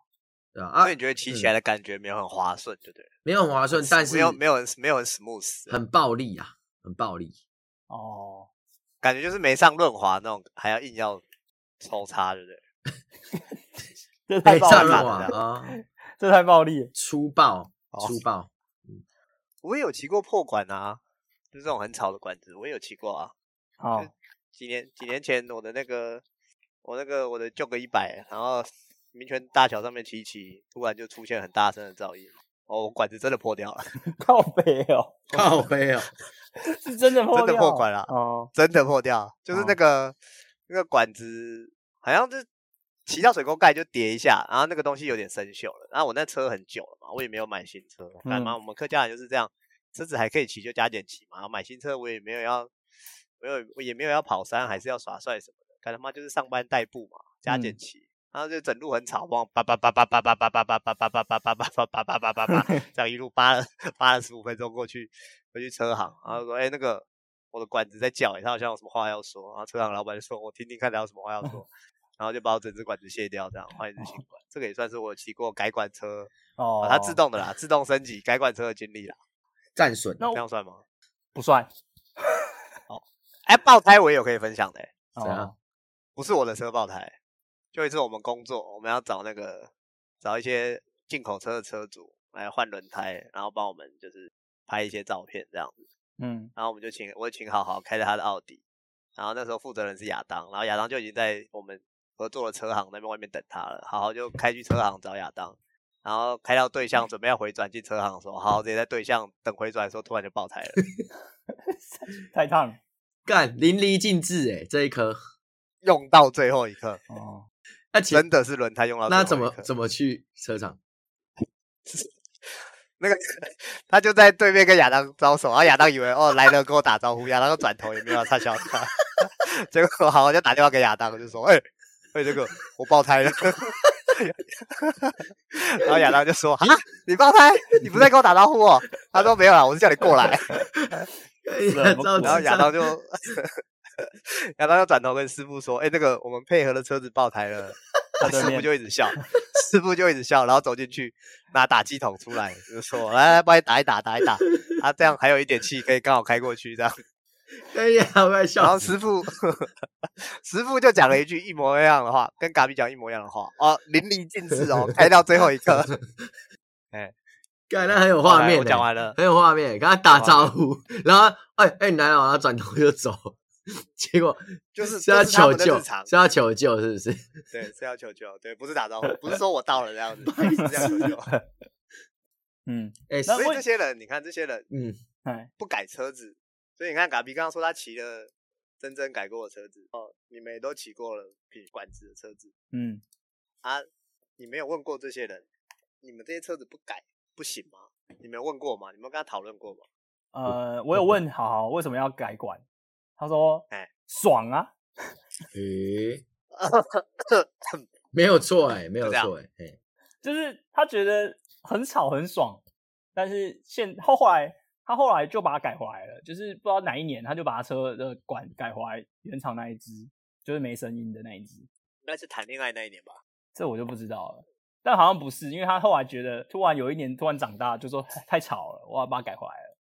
[SPEAKER 3] 对吧、
[SPEAKER 1] 所
[SPEAKER 3] 啊
[SPEAKER 1] 以，你觉得骑起
[SPEAKER 3] 嗯
[SPEAKER 1] 来的感觉没有很滑顺，就对了。
[SPEAKER 3] 没有很划算，但是
[SPEAKER 1] 没有没有很没有很 smooth，
[SPEAKER 3] 很暴力啊，很暴力。
[SPEAKER 2] 哦，
[SPEAKER 1] 感觉就是没上润滑那种，还要硬要抽插，对不对？
[SPEAKER 2] 这
[SPEAKER 3] 哎，
[SPEAKER 2] 太暴
[SPEAKER 1] 上
[SPEAKER 3] 战
[SPEAKER 2] 力
[SPEAKER 1] 了
[SPEAKER 2] 了，
[SPEAKER 3] 啊
[SPEAKER 1] 的
[SPEAKER 3] 啊，
[SPEAKER 2] 这太暴力了，
[SPEAKER 3] 粗暴，
[SPEAKER 1] 哦
[SPEAKER 3] 粗暴。
[SPEAKER 1] 我也有骑过破管啊，就这种很吵的管子，我也有骑过啊。
[SPEAKER 2] 好，
[SPEAKER 1] 几年几年前，我的那个我那个我的旧个一百，然后民权大桥上面骑一骑，突然就出现很大声的噪音，哦，我管子真的破掉了，
[SPEAKER 2] 靠北哦，
[SPEAKER 3] 靠背哦，
[SPEAKER 2] 是真的破
[SPEAKER 1] 真的
[SPEAKER 2] 掉
[SPEAKER 1] 破管了
[SPEAKER 2] 哦，
[SPEAKER 1] 真的破掉，就是那
[SPEAKER 2] 哦
[SPEAKER 1] 个、那个管子好像是骑到水沟盖就跌一下，然后那个东西有点生锈了。然后我那车很久了嘛，我也没有买新车，干
[SPEAKER 2] 嗯
[SPEAKER 1] 嘛？我们客家人就是这样，车子还可以骑就加减骑嘛。然后买新车我也没有要，没有我也没有要跑山，还是要耍帅什么的，干他妈就是上班代步嘛，加减
[SPEAKER 2] 嗯
[SPEAKER 1] 骑。然后就整路很吵，帮叭叭叭叭叭叭叭叭叭叭叭叭叭叭叭叭叭叭叭叭，这样一路扒了扒了十五分钟过去，回去车行，然后说：“哎，那个我的管子在叫、欸，他好像有什么话要说。然后车上老板就说：“我听听看他有什么话要说。”然后就把我整只管子卸掉，这样换一只新管。这个也算是我骑过改管车，
[SPEAKER 2] 哦
[SPEAKER 1] 啊，，它自动的啦，自动升级改管车的经历啦，
[SPEAKER 3] 战损。
[SPEAKER 2] 那
[SPEAKER 1] 这
[SPEAKER 2] 我
[SPEAKER 1] 样算吗？
[SPEAKER 2] 不算，
[SPEAKER 1] 哎，爆胎我也有可以分享的、欸，
[SPEAKER 3] 怎样
[SPEAKER 2] 哦，
[SPEAKER 1] 不是我的车爆胎，就一次我们工作，我们要找那个找一些进口车的车主来换轮胎，然后帮我们就是拍一些照片这样。
[SPEAKER 2] 嗯，
[SPEAKER 1] 然后我们就请我就请好好开着他的奥迪，然后那时候负责人是亚当，然后亚当就已经在我们合作的车行那边外面等他了，好好就开去车行找亚当，然后开到对向准备要回转进车行的时候，好好直接在对向等回转的时候突然就爆胎了，
[SPEAKER 2] 太烫了，
[SPEAKER 3] 干淋漓尽致哎，这一颗。
[SPEAKER 1] 用到最后一刻，
[SPEAKER 2] 哦，
[SPEAKER 3] 那其
[SPEAKER 1] 真的是轮胎用到最后
[SPEAKER 3] 那
[SPEAKER 1] 一刻
[SPEAKER 3] 怎么怎么去车场？
[SPEAKER 1] 那个他就在对面跟亚当招手，然后亚当以为哦来了跟我打招呼，亚当就转头也没有要插销他， 结果好我就打电话给亚当，就说哎哎、这个我爆胎了。 然后亚当就说：“啊，你爆胎？你不是在跟我打招呼哦？”他说：“没有啦，我是叫你过来。”啊
[SPEAKER 2] 什么
[SPEAKER 3] 照
[SPEAKER 1] 然后亚
[SPEAKER 3] 照
[SPEAKER 1] 当就 亚当就转头跟师傅说：“哎、那个我们配合的车子爆胎了。”
[SPEAKER 2] 在
[SPEAKER 1] 然后
[SPEAKER 2] 对
[SPEAKER 1] 师傅
[SPEAKER 2] 面
[SPEAKER 1] 就一直笑，师傅就一直笑，然后走进去拿打气筒出来，就说：“来来，帮你打一打，打一 打。”啊，这样还有一点气可以刚好开过去，这样。
[SPEAKER 3] 哎呀，我快
[SPEAKER 1] 然后
[SPEAKER 3] 笑死！
[SPEAKER 1] 师傅 师傅就讲了一句一模一样的话，跟嘎比讲一模一样的话，哦，淋漓尽致哦，开到最后一刻。
[SPEAKER 3] 感那很有
[SPEAKER 1] 好
[SPEAKER 3] 画
[SPEAKER 1] 来
[SPEAKER 3] 面
[SPEAKER 1] 我
[SPEAKER 3] 欸，
[SPEAKER 1] 讲完了，
[SPEAKER 3] 很有画面，跟他打
[SPEAKER 1] 有
[SPEAKER 3] 招
[SPEAKER 1] 画面
[SPEAKER 3] 呼，然后哎哎，你来了，然后转头就走， 结果
[SPEAKER 1] 就是
[SPEAKER 3] 是
[SPEAKER 1] 这
[SPEAKER 3] 要
[SPEAKER 1] 是他
[SPEAKER 3] 求
[SPEAKER 1] 们的
[SPEAKER 3] 救，
[SPEAKER 1] 日
[SPEAKER 3] 是
[SPEAKER 1] 常
[SPEAKER 3] 要求救，是不是？
[SPEAKER 1] 对，是要求救，对，不是打招呼，不是说我到了这样 子，是这样求救。
[SPEAKER 2] 嗯，
[SPEAKER 3] 哎，
[SPEAKER 2] 那
[SPEAKER 1] 所以
[SPEAKER 2] 为
[SPEAKER 1] 这些人，你看这些人
[SPEAKER 3] 嗯，
[SPEAKER 2] 哎，
[SPEAKER 1] 不改车子，所以你看嘎比刚刚说他骑了真真改过的车子，哦，你们也都骑过了品管制的车子
[SPEAKER 2] 嗯，
[SPEAKER 1] 啊，你没有问过这些人，你们这些车子不改不行吗？你们有问过吗？你们有跟他讨论过吗？
[SPEAKER 2] 呃，我有问好好为什么要改管，他说，
[SPEAKER 1] 哎
[SPEAKER 2] 爽啊，
[SPEAKER 3] 诶，没有错，哎，没有
[SPEAKER 1] 就这样
[SPEAKER 3] 错，哎，嘿
[SPEAKER 2] 就是他觉得很吵很爽，但是现后后来他后来就把它改回来了，就是不知道哪一年他就把他车的管改回来原厂那一只，就是没声音的那一只，
[SPEAKER 1] 应该是谈恋爱那一年吧。
[SPEAKER 2] 这我就不知道了。但好像不是，因为他后来觉得突然有一年突然长大，就说太太吵了，我要把它改回来了。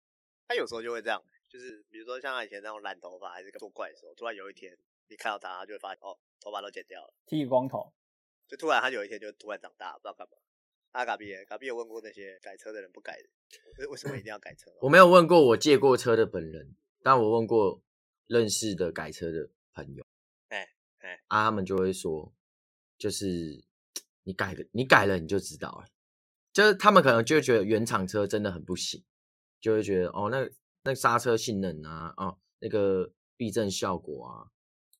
[SPEAKER 1] 他有时候就会这样，就是比如说像他以前那种染头发还是做怪的时候，突然有一天你看到他，他就会发现哦，头发都剪掉了。
[SPEAKER 2] 剃个光头，
[SPEAKER 1] 就突然他有一天就突然长大，不知道干嘛。阿嘎比耶，嘎比也问过那些改车的人不改的，为为什么一定要改 车？
[SPEAKER 3] 我没有问过我借过车的本人，但我问过认识的改车的朋友，
[SPEAKER 1] 哎哎，
[SPEAKER 3] 啊，他们就会说，就是你改个你改了你就知道了，就是他们可能就会觉得原厂车真的很不行，就会觉得哦那那刹车性能啊，哦那个避震效果啊，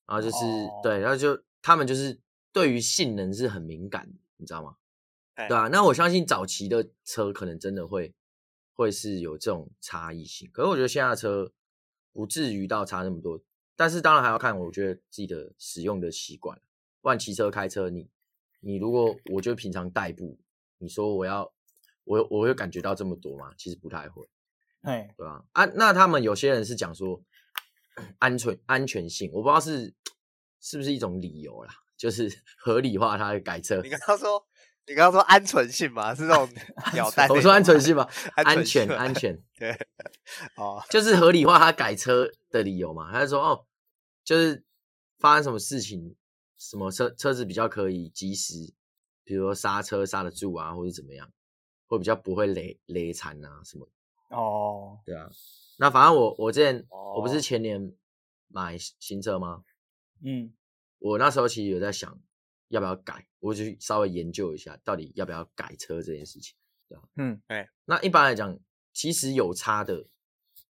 [SPEAKER 3] 然后就是、
[SPEAKER 2] 哦
[SPEAKER 3] 对，然后就他们就是对于性能是很敏感的，你知道吗？
[SPEAKER 1] 哎
[SPEAKER 3] 对啊，那我相信早期的车可能真的会会是有这种差异性，可是我觉得现在的车不至于到差那么多，但是当然还要看我觉得自己的使用的习惯，不然骑车开车你你如果我就平常代步，你说我要我我会感觉到这么多吗？其实不太会，
[SPEAKER 2] 嘿，
[SPEAKER 3] 对吧、啊？那他们有些人是讲说安全安全性，我不知道是是不是一种理由啦，就是 合理化他的改车
[SPEAKER 1] 你。刚刚说，你刚刚说安全性嘛，是那种鸟蛋那种吗。
[SPEAKER 3] 我说安全性啊吧，安
[SPEAKER 1] 安
[SPEAKER 3] 全
[SPEAKER 1] 全
[SPEAKER 3] 安全，
[SPEAKER 1] 对，哦，
[SPEAKER 3] 就是合理化他改车的理由嘛。他就说哦，就是发生什么事情，什么车车子比较可以及时，比如说刹车刹得住啊，或者怎么样，会比较不会雷雷残啊什么的。
[SPEAKER 2] 哦，
[SPEAKER 3] 对啊，那反正我我之前、我不
[SPEAKER 1] 哦
[SPEAKER 3] 是前年买新新车吗？
[SPEAKER 2] 嗯，
[SPEAKER 3] 我那时候其实有在想要不要改，我就去稍微研究一下到底要不要改车这件事情，对啊，
[SPEAKER 2] 嗯，
[SPEAKER 1] 对。
[SPEAKER 3] 那一般来讲，其实有差的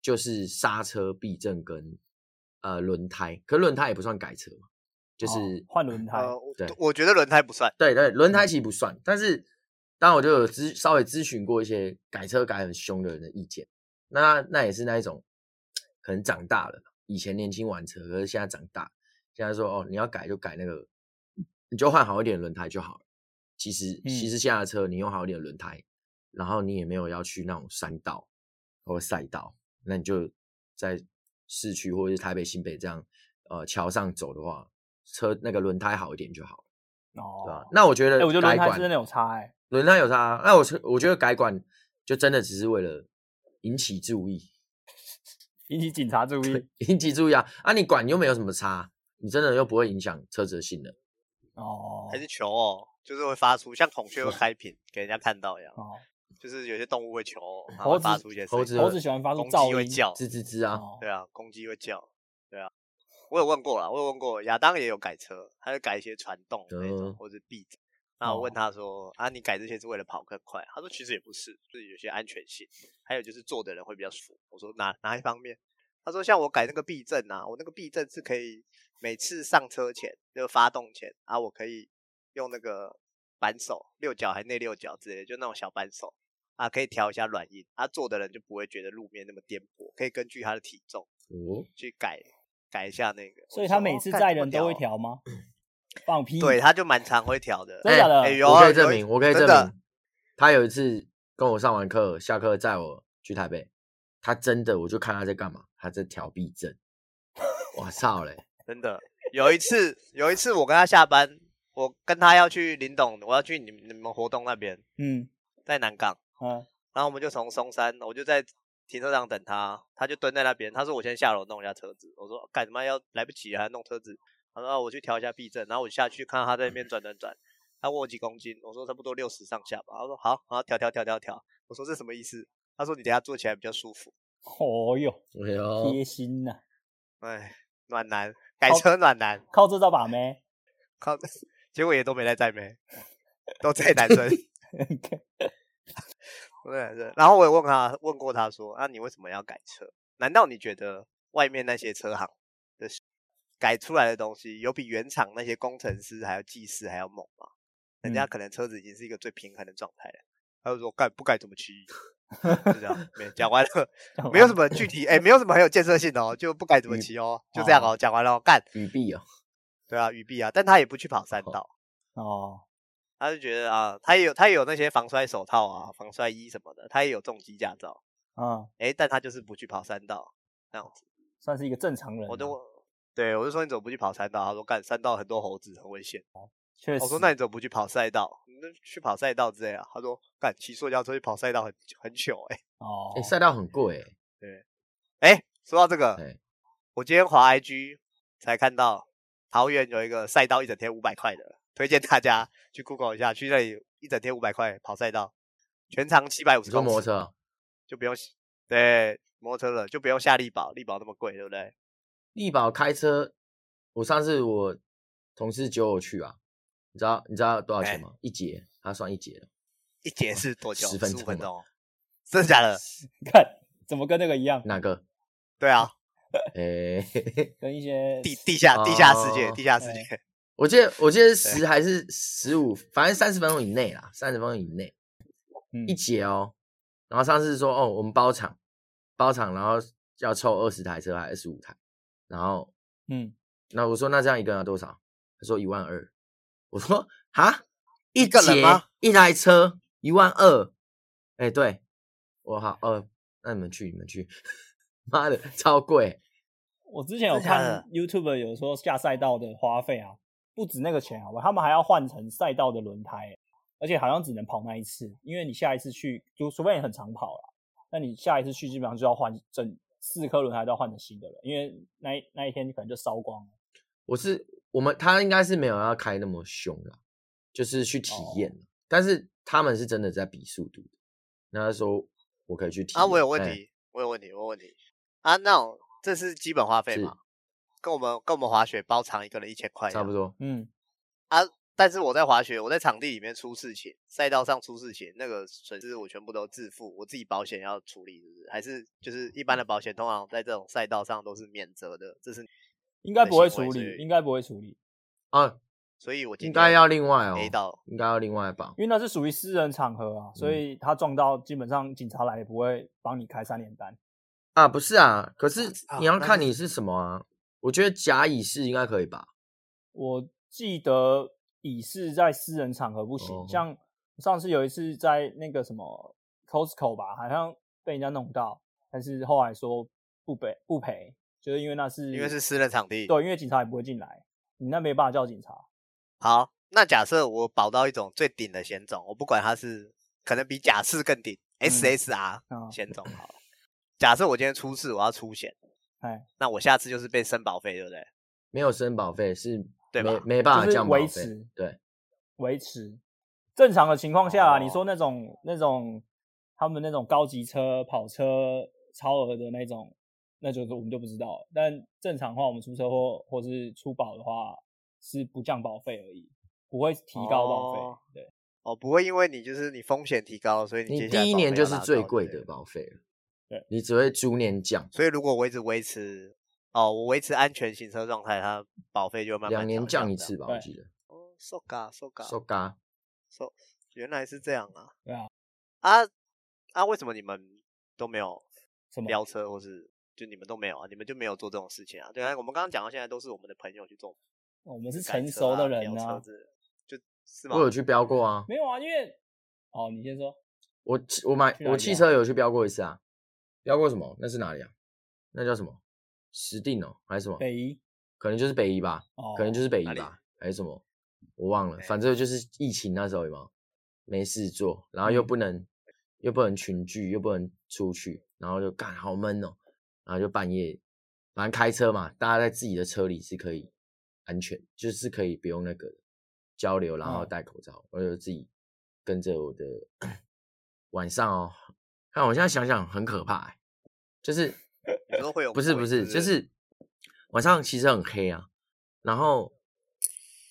[SPEAKER 3] 就是刹车、避震跟呃轮胎，可是轮胎也不算改车嘛，就是、
[SPEAKER 2] 哦换轮胎，
[SPEAKER 1] 呃，我
[SPEAKER 3] 对
[SPEAKER 1] 我觉得轮胎不算，
[SPEAKER 3] 对对，轮胎其实不算，但是当然我就有咨稍微咨询过一些改车改很凶的人的意见，那那也是那一种，可能长大了，以前年轻玩车，可是现在长大，现在说哦你要改就改那个，你就换好一点的轮胎就好了。其实其
[SPEAKER 2] 嗯
[SPEAKER 3] 实现在的车你用好一点的轮胎，然后你也没有要去那种山道或赛道，那你就在市区或者是台北新北这样呃桥上走的话，车那个轮胎好一点就好了。
[SPEAKER 2] 哦，
[SPEAKER 3] 对吧？那我觉得
[SPEAKER 2] 哎、
[SPEAKER 3] 改
[SPEAKER 2] 我
[SPEAKER 3] 管，
[SPEAKER 2] 觉得轮胎是真的有差、哎，
[SPEAKER 3] 轮胎有差啊。那我是我觉得改管就真的只是为了引起注意，
[SPEAKER 2] 引起警察注意。
[SPEAKER 3] 引起注意啊！啊，你管又没有什么差，你真的又不会影响车子的性能。
[SPEAKER 2] 哦
[SPEAKER 1] 还，是球哦，就是会发出像孔雀会开屏给人家看到一样，
[SPEAKER 2] 哦，
[SPEAKER 1] 就是有些动物会求偶，然
[SPEAKER 2] 猴
[SPEAKER 1] 后会
[SPEAKER 2] 子
[SPEAKER 1] 发出一些
[SPEAKER 3] 猴
[SPEAKER 1] 声音
[SPEAKER 3] 子
[SPEAKER 2] 猴子喜欢发出
[SPEAKER 1] 公
[SPEAKER 2] 噪
[SPEAKER 1] 鸡会
[SPEAKER 2] 音，
[SPEAKER 1] 叫，
[SPEAKER 3] 吱吱吱啊！
[SPEAKER 2] 哦
[SPEAKER 1] 对啊，公鸡会叫，对啊。我有问过啦，我有问过亚当也有改车，他就改一些传动那种、
[SPEAKER 3] 嗯
[SPEAKER 1] 或者避震。那我问
[SPEAKER 2] 哦
[SPEAKER 1] 他说、啊，你改这些是为了跑更快？他说其实也不是，就是有些安全性，还有就是坐的人会比较舒服。我说哪哪一方面？他说像我改那个避震啊，我那个避震是可以每次上车前就发动前啊，我可以用那个扳手六角还内六角之类的，就那种小扳手，啊，可以调一下软硬，啊，坐的人就不会觉得路面那么颠簸，可以根据他的体重
[SPEAKER 3] 哦，
[SPEAKER 1] 去改改一下那个。
[SPEAKER 2] 所以
[SPEAKER 1] 我
[SPEAKER 2] 他
[SPEAKER 1] 说
[SPEAKER 2] 每
[SPEAKER 1] 哦
[SPEAKER 2] 次
[SPEAKER 1] 干
[SPEAKER 2] 载
[SPEAKER 1] 这么
[SPEAKER 2] 人都会
[SPEAKER 1] 哦
[SPEAKER 2] 调吗？放屁！
[SPEAKER 1] 对，他就蛮常会调的。
[SPEAKER 2] 真的假的
[SPEAKER 1] 哎有
[SPEAKER 3] 我
[SPEAKER 1] 啊
[SPEAKER 3] 可以
[SPEAKER 1] 有
[SPEAKER 3] 证
[SPEAKER 1] 一
[SPEAKER 3] 明，我可以
[SPEAKER 1] 真
[SPEAKER 3] 证
[SPEAKER 1] 的
[SPEAKER 3] 明，他有一次跟我上完课，下课载我去台北，他真的，我就看他在干嘛，他在调避震。我操嘞！
[SPEAKER 1] 真的，有一次，有一次我跟他下班，我跟他要去林董，我要去你们你们活动那边，
[SPEAKER 2] 嗯
[SPEAKER 1] 在南港，
[SPEAKER 2] 嗯，
[SPEAKER 1] 然后我们就从松山，我就在停车场等他，他就蹲在那边，他说我先下楼弄一下车子，我说干什么要来不及了，还弄车子，他说、啊、我去调一下避震，然后我下去看到他在那边转转转，他问我几公斤，我说差不多六十上下吧，他说好，然后调调调调调，我说这什么意思？他说你等一下坐起来比较舒服，
[SPEAKER 2] 哦哟，
[SPEAKER 3] 哎 呦
[SPEAKER 2] 贴心啊呐、
[SPEAKER 1] 哎，暖男，改
[SPEAKER 2] 好
[SPEAKER 1] 车暖男。
[SPEAKER 2] 靠这招把妹。
[SPEAKER 1] 靠，结果也都没来载妹，都载男生，都载男生。然后我也问他，问过他说，啊，你为什么要改车？难道你觉得外面那些车行的改出来的东西，有比原厂那些工程师还有技师还要猛吗？人家
[SPEAKER 2] 嗯
[SPEAKER 1] 可能车子已经是一个最平衡的状态了。他就说改不改怎么骑，就这样，没讲完了， 没
[SPEAKER 2] 哦
[SPEAKER 1] 有什么具体，哎、没有什么很有建设性的哦，就不改怎么
[SPEAKER 3] 嗯
[SPEAKER 1] 骑哦，就这样哦，讲完了哦，干，
[SPEAKER 3] 语避哦，
[SPEAKER 1] 对啊，雨碧啊，但他也不去跑山道。
[SPEAKER 2] 哦，
[SPEAKER 1] 他就觉得啊，他也有他也有那些防摔手套啊、防摔衣什么的，他也有重机驾照，
[SPEAKER 2] 嗯，
[SPEAKER 1] 诶，但他就是不去跑山道那样子。
[SPEAKER 2] 算是一个正常人啊、
[SPEAKER 1] 我就对我就说你怎么不去跑山道？他说干山道很多猴子很危险。
[SPEAKER 2] 确实，
[SPEAKER 1] 我说那你怎么不去跑赛道？你那去跑赛道之类啊？他说干骑塑胶车去跑赛道很很糗诶。
[SPEAKER 2] 哦，
[SPEAKER 3] 哎，赛道很贵哎，
[SPEAKER 1] 诶，说到这个，
[SPEAKER 3] 哎
[SPEAKER 1] 我今天滑 IG 才看到桃园有一个赛道一整天五百块的，推荐大家去 Google 一下，去那里一整天五百块跑赛道，全长七百五
[SPEAKER 3] 你
[SPEAKER 1] 十
[SPEAKER 3] 说
[SPEAKER 1] 公
[SPEAKER 3] 摩托
[SPEAKER 1] 尺
[SPEAKER 3] 车哦，
[SPEAKER 1] 就不用洗对摩托车了，就不用下力宝，力宝那么贵，对不对？
[SPEAKER 3] 力宝开车，我上次我同事揪我去啊，你知道你知道多少钱
[SPEAKER 1] 哎
[SPEAKER 3] 吗？一节，他算一节，
[SPEAKER 1] 一节是多久？
[SPEAKER 3] 10分
[SPEAKER 1] 十五
[SPEAKER 3] 钟
[SPEAKER 1] 分
[SPEAKER 3] 吧
[SPEAKER 1] 钟，真的假的？
[SPEAKER 2] 看怎么跟那个一样，
[SPEAKER 3] 哪个？
[SPEAKER 1] 对啊，
[SPEAKER 3] 哎，
[SPEAKER 2] 跟一些
[SPEAKER 1] 地地下地下世界，
[SPEAKER 3] 哦
[SPEAKER 1] 地下世界，
[SPEAKER 3] 我记得我记得十还是十五，反正三十分钟以内啦，三十分钟以内
[SPEAKER 2] 嗯
[SPEAKER 3] 一节哦。然后上次说哦，我们包场，包场，然后要凑二十台车还是二十五台，然后
[SPEAKER 2] 嗯，
[SPEAKER 3] 那我说那这样一个人要多少？他说一万二。我说哈，一
[SPEAKER 1] 一个人
[SPEAKER 3] 节
[SPEAKER 1] 吗？
[SPEAKER 3] 一台车一万二。哎，对，我好呃，那你们去你们去， 妈的超贵，
[SPEAKER 2] 我之前有
[SPEAKER 1] 真的假
[SPEAKER 2] 看
[SPEAKER 1] 的
[SPEAKER 2] YouTube 有说下赛道的花费啊，不止那个钱好吧，他们还要换成赛道的轮胎欸、而且好像只能跑那一次，因为你下一次去，就除非你很常跑啦，那你下一次去基本上就要换整四颗轮胎都要换成新的了，因为那一那一天可能就烧光了。
[SPEAKER 3] 我是我们他应该是没有要开那么凶啦，就是去体
[SPEAKER 2] 哦
[SPEAKER 3] 验啦、但是他们是真的在比速度的。那他说我可以去体验
[SPEAKER 1] 啊，我有问
[SPEAKER 3] 哎
[SPEAKER 1] 题，我有问题，我有问题啊，那种这是基本花费
[SPEAKER 3] 是
[SPEAKER 1] 嘛？跟我们跟我们滑雪包场一个人一千块，
[SPEAKER 3] 差不。多。
[SPEAKER 2] 嗯，
[SPEAKER 1] 啊，但是我在滑雪，我在场地里面出事情，赛道上出事情，那个损失我全部都自负，我自己保险要处理，是不是？还是就是一般的保险，通常在这种赛道上都是免责的，这是
[SPEAKER 2] 应该不会处
[SPEAKER 1] 行为
[SPEAKER 2] 理
[SPEAKER 1] 之，
[SPEAKER 2] 应该不会处理，
[SPEAKER 3] 啊，
[SPEAKER 1] 所以我今
[SPEAKER 3] 应该
[SPEAKER 1] 天
[SPEAKER 3] 要另外哦，
[SPEAKER 1] A 到
[SPEAKER 3] 应该要另外保。
[SPEAKER 2] 因为那是属于私人场合啊，所
[SPEAKER 3] 嗯
[SPEAKER 2] 以他撞到基本上警察来也不会帮你开三连单。
[SPEAKER 3] 啊，不是啊，可是
[SPEAKER 1] 操
[SPEAKER 3] 你要
[SPEAKER 1] 哦那
[SPEAKER 3] 看
[SPEAKER 1] 是
[SPEAKER 3] 你是什么啊。我觉得甲乙式应该可以吧？
[SPEAKER 2] 我记得乙是在私人场合不行，
[SPEAKER 3] 哦
[SPEAKER 2] 像上次有一次在那个什么 Costco 吧，好像被人家弄到，但是后来说不赔不赔，就是因为那是
[SPEAKER 1] 因为是私人场地。
[SPEAKER 2] 对，因为警察也不会进来，你那没办法叫警察。
[SPEAKER 1] 好，那假设我保到一种最顶的险种，我不管它是可能比甲式更顶
[SPEAKER 2] 嗯
[SPEAKER 1] ，SSR
[SPEAKER 3] 哦
[SPEAKER 2] 啊
[SPEAKER 1] 险种好了。假设我今天出事，我要出险，
[SPEAKER 2] 哎，
[SPEAKER 1] 那我下次就是被申保费，对不对？
[SPEAKER 3] 没有申保费是
[SPEAKER 1] 对
[SPEAKER 3] 没
[SPEAKER 1] 吧
[SPEAKER 3] 没办
[SPEAKER 2] 就
[SPEAKER 3] 法
[SPEAKER 2] 是
[SPEAKER 3] 降保
[SPEAKER 2] 维
[SPEAKER 3] 费
[SPEAKER 2] 持。
[SPEAKER 3] 对，
[SPEAKER 2] 维持正常的情况下啦，啊
[SPEAKER 1] 哦
[SPEAKER 2] 你说那种那种他们那种高级车、跑车超额的那种，那就是我们就不知道了。但正常的话，我们出车祸或是出保的话，是不降保费而已，不会提高保费。
[SPEAKER 1] 哦
[SPEAKER 2] 对，
[SPEAKER 1] 哦，不会因为你就是你风险提高，所以
[SPEAKER 3] 你
[SPEAKER 1] 接下来
[SPEAKER 3] 第一
[SPEAKER 1] 保
[SPEAKER 3] 年
[SPEAKER 1] 费
[SPEAKER 3] 就
[SPEAKER 1] 要
[SPEAKER 3] 是
[SPEAKER 1] 拉
[SPEAKER 3] 最
[SPEAKER 1] 高之
[SPEAKER 3] 贵
[SPEAKER 1] 类
[SPEAKER 3] 的保费了，
[SPEAKER 2] 对
[SPEAKER 3] 你只会逐年降，
[SPEAKER 1] 所以如果我一直维持，哦，我维持安全行车状态，它保费就会慢慢
[SPEAKER 3] 两年
[SPEAKER 1] 降
[SPEAKER 3] 降一次吧，我
[SPEAKER 2] 对
[SPEAKER 3] 记得。
[SPEAKER 1] 哦，so ga so
[SPEAKER 3] 收
[SPEAKER 1] ga，
[SPEAKER 3] 嘎，
[SPEAKER 1] 原来是这样啊
[SPEAKER 2] 对啊
[SPEAKER 1] 啊！啊，为什么你们都没有
[SPEAKER 2] 什么？
[SPEAKER 1] 飙车，或是就你们都没有啊？你们就没有做这种事情啊？对啊，我们刚刚讲到现在都是我们的朋友去做，
[SPEAKER 2] 我们是
[SPEAKER 1] 改
[SPEAKER 2] 成
[SPEAKER 1] 车
[SPEAKER 2] 熟的
[SPEAKER 1] 啊
[SPEAKER 2] 人
[SPEAKER 1] 飙车
[SPEAKER 2] 啊，
[SPEAKER 1] 之类的就是吗
[SPEAKER 3] 我？有去飙过啊，
[SPEAKER 2] 没有啊，因为哦，你先说，
[SPEAKER 3] 我汽我买
[SPEAKER 2] 去哪里
[SPEAKER 3] 我汽
[SPEAKER 2] 飙
[SPEAKER 3] 车有去飙过一次啊，飙过什么？那是哪里啊？那叫什么？石定哦，还是什么？
[SPEAKER 2] 北一
[SPEAKER 3] 可能就是北宜吧，
[SPEAKER 2] 哦，
[SPEAKER 3] 可能就是北宜
[SPEAKER 1] 哪里
[SPEAKER 3] 吧，还是什么？我忘了，
[SPEAKER 1] 北
[SPEAKER 3] 反正就是疫情那时候有没有没事做，
[SPEAKER 1] 嗯
[SPEAKER 3] 然后又不能、又不能群聚，又不能出去，然后就干好闷哦，然后就半夜，反正开车嘛，大家在自己的车里是可以安全，就是可以不用那个交流，然后
[SPEAKER 2] 嗯
[SPEAKER 3] 戴口罩，我就自己跟着我的 晚上哦，看我现在想想很可怕、欸，就是
[SPEAKER 1] 你说会有
[SPEAKER 3] 不是
[SPEAKER 1] 鬼
[SPEAKER 3] 不是，就是晚上其实很黑啊，然后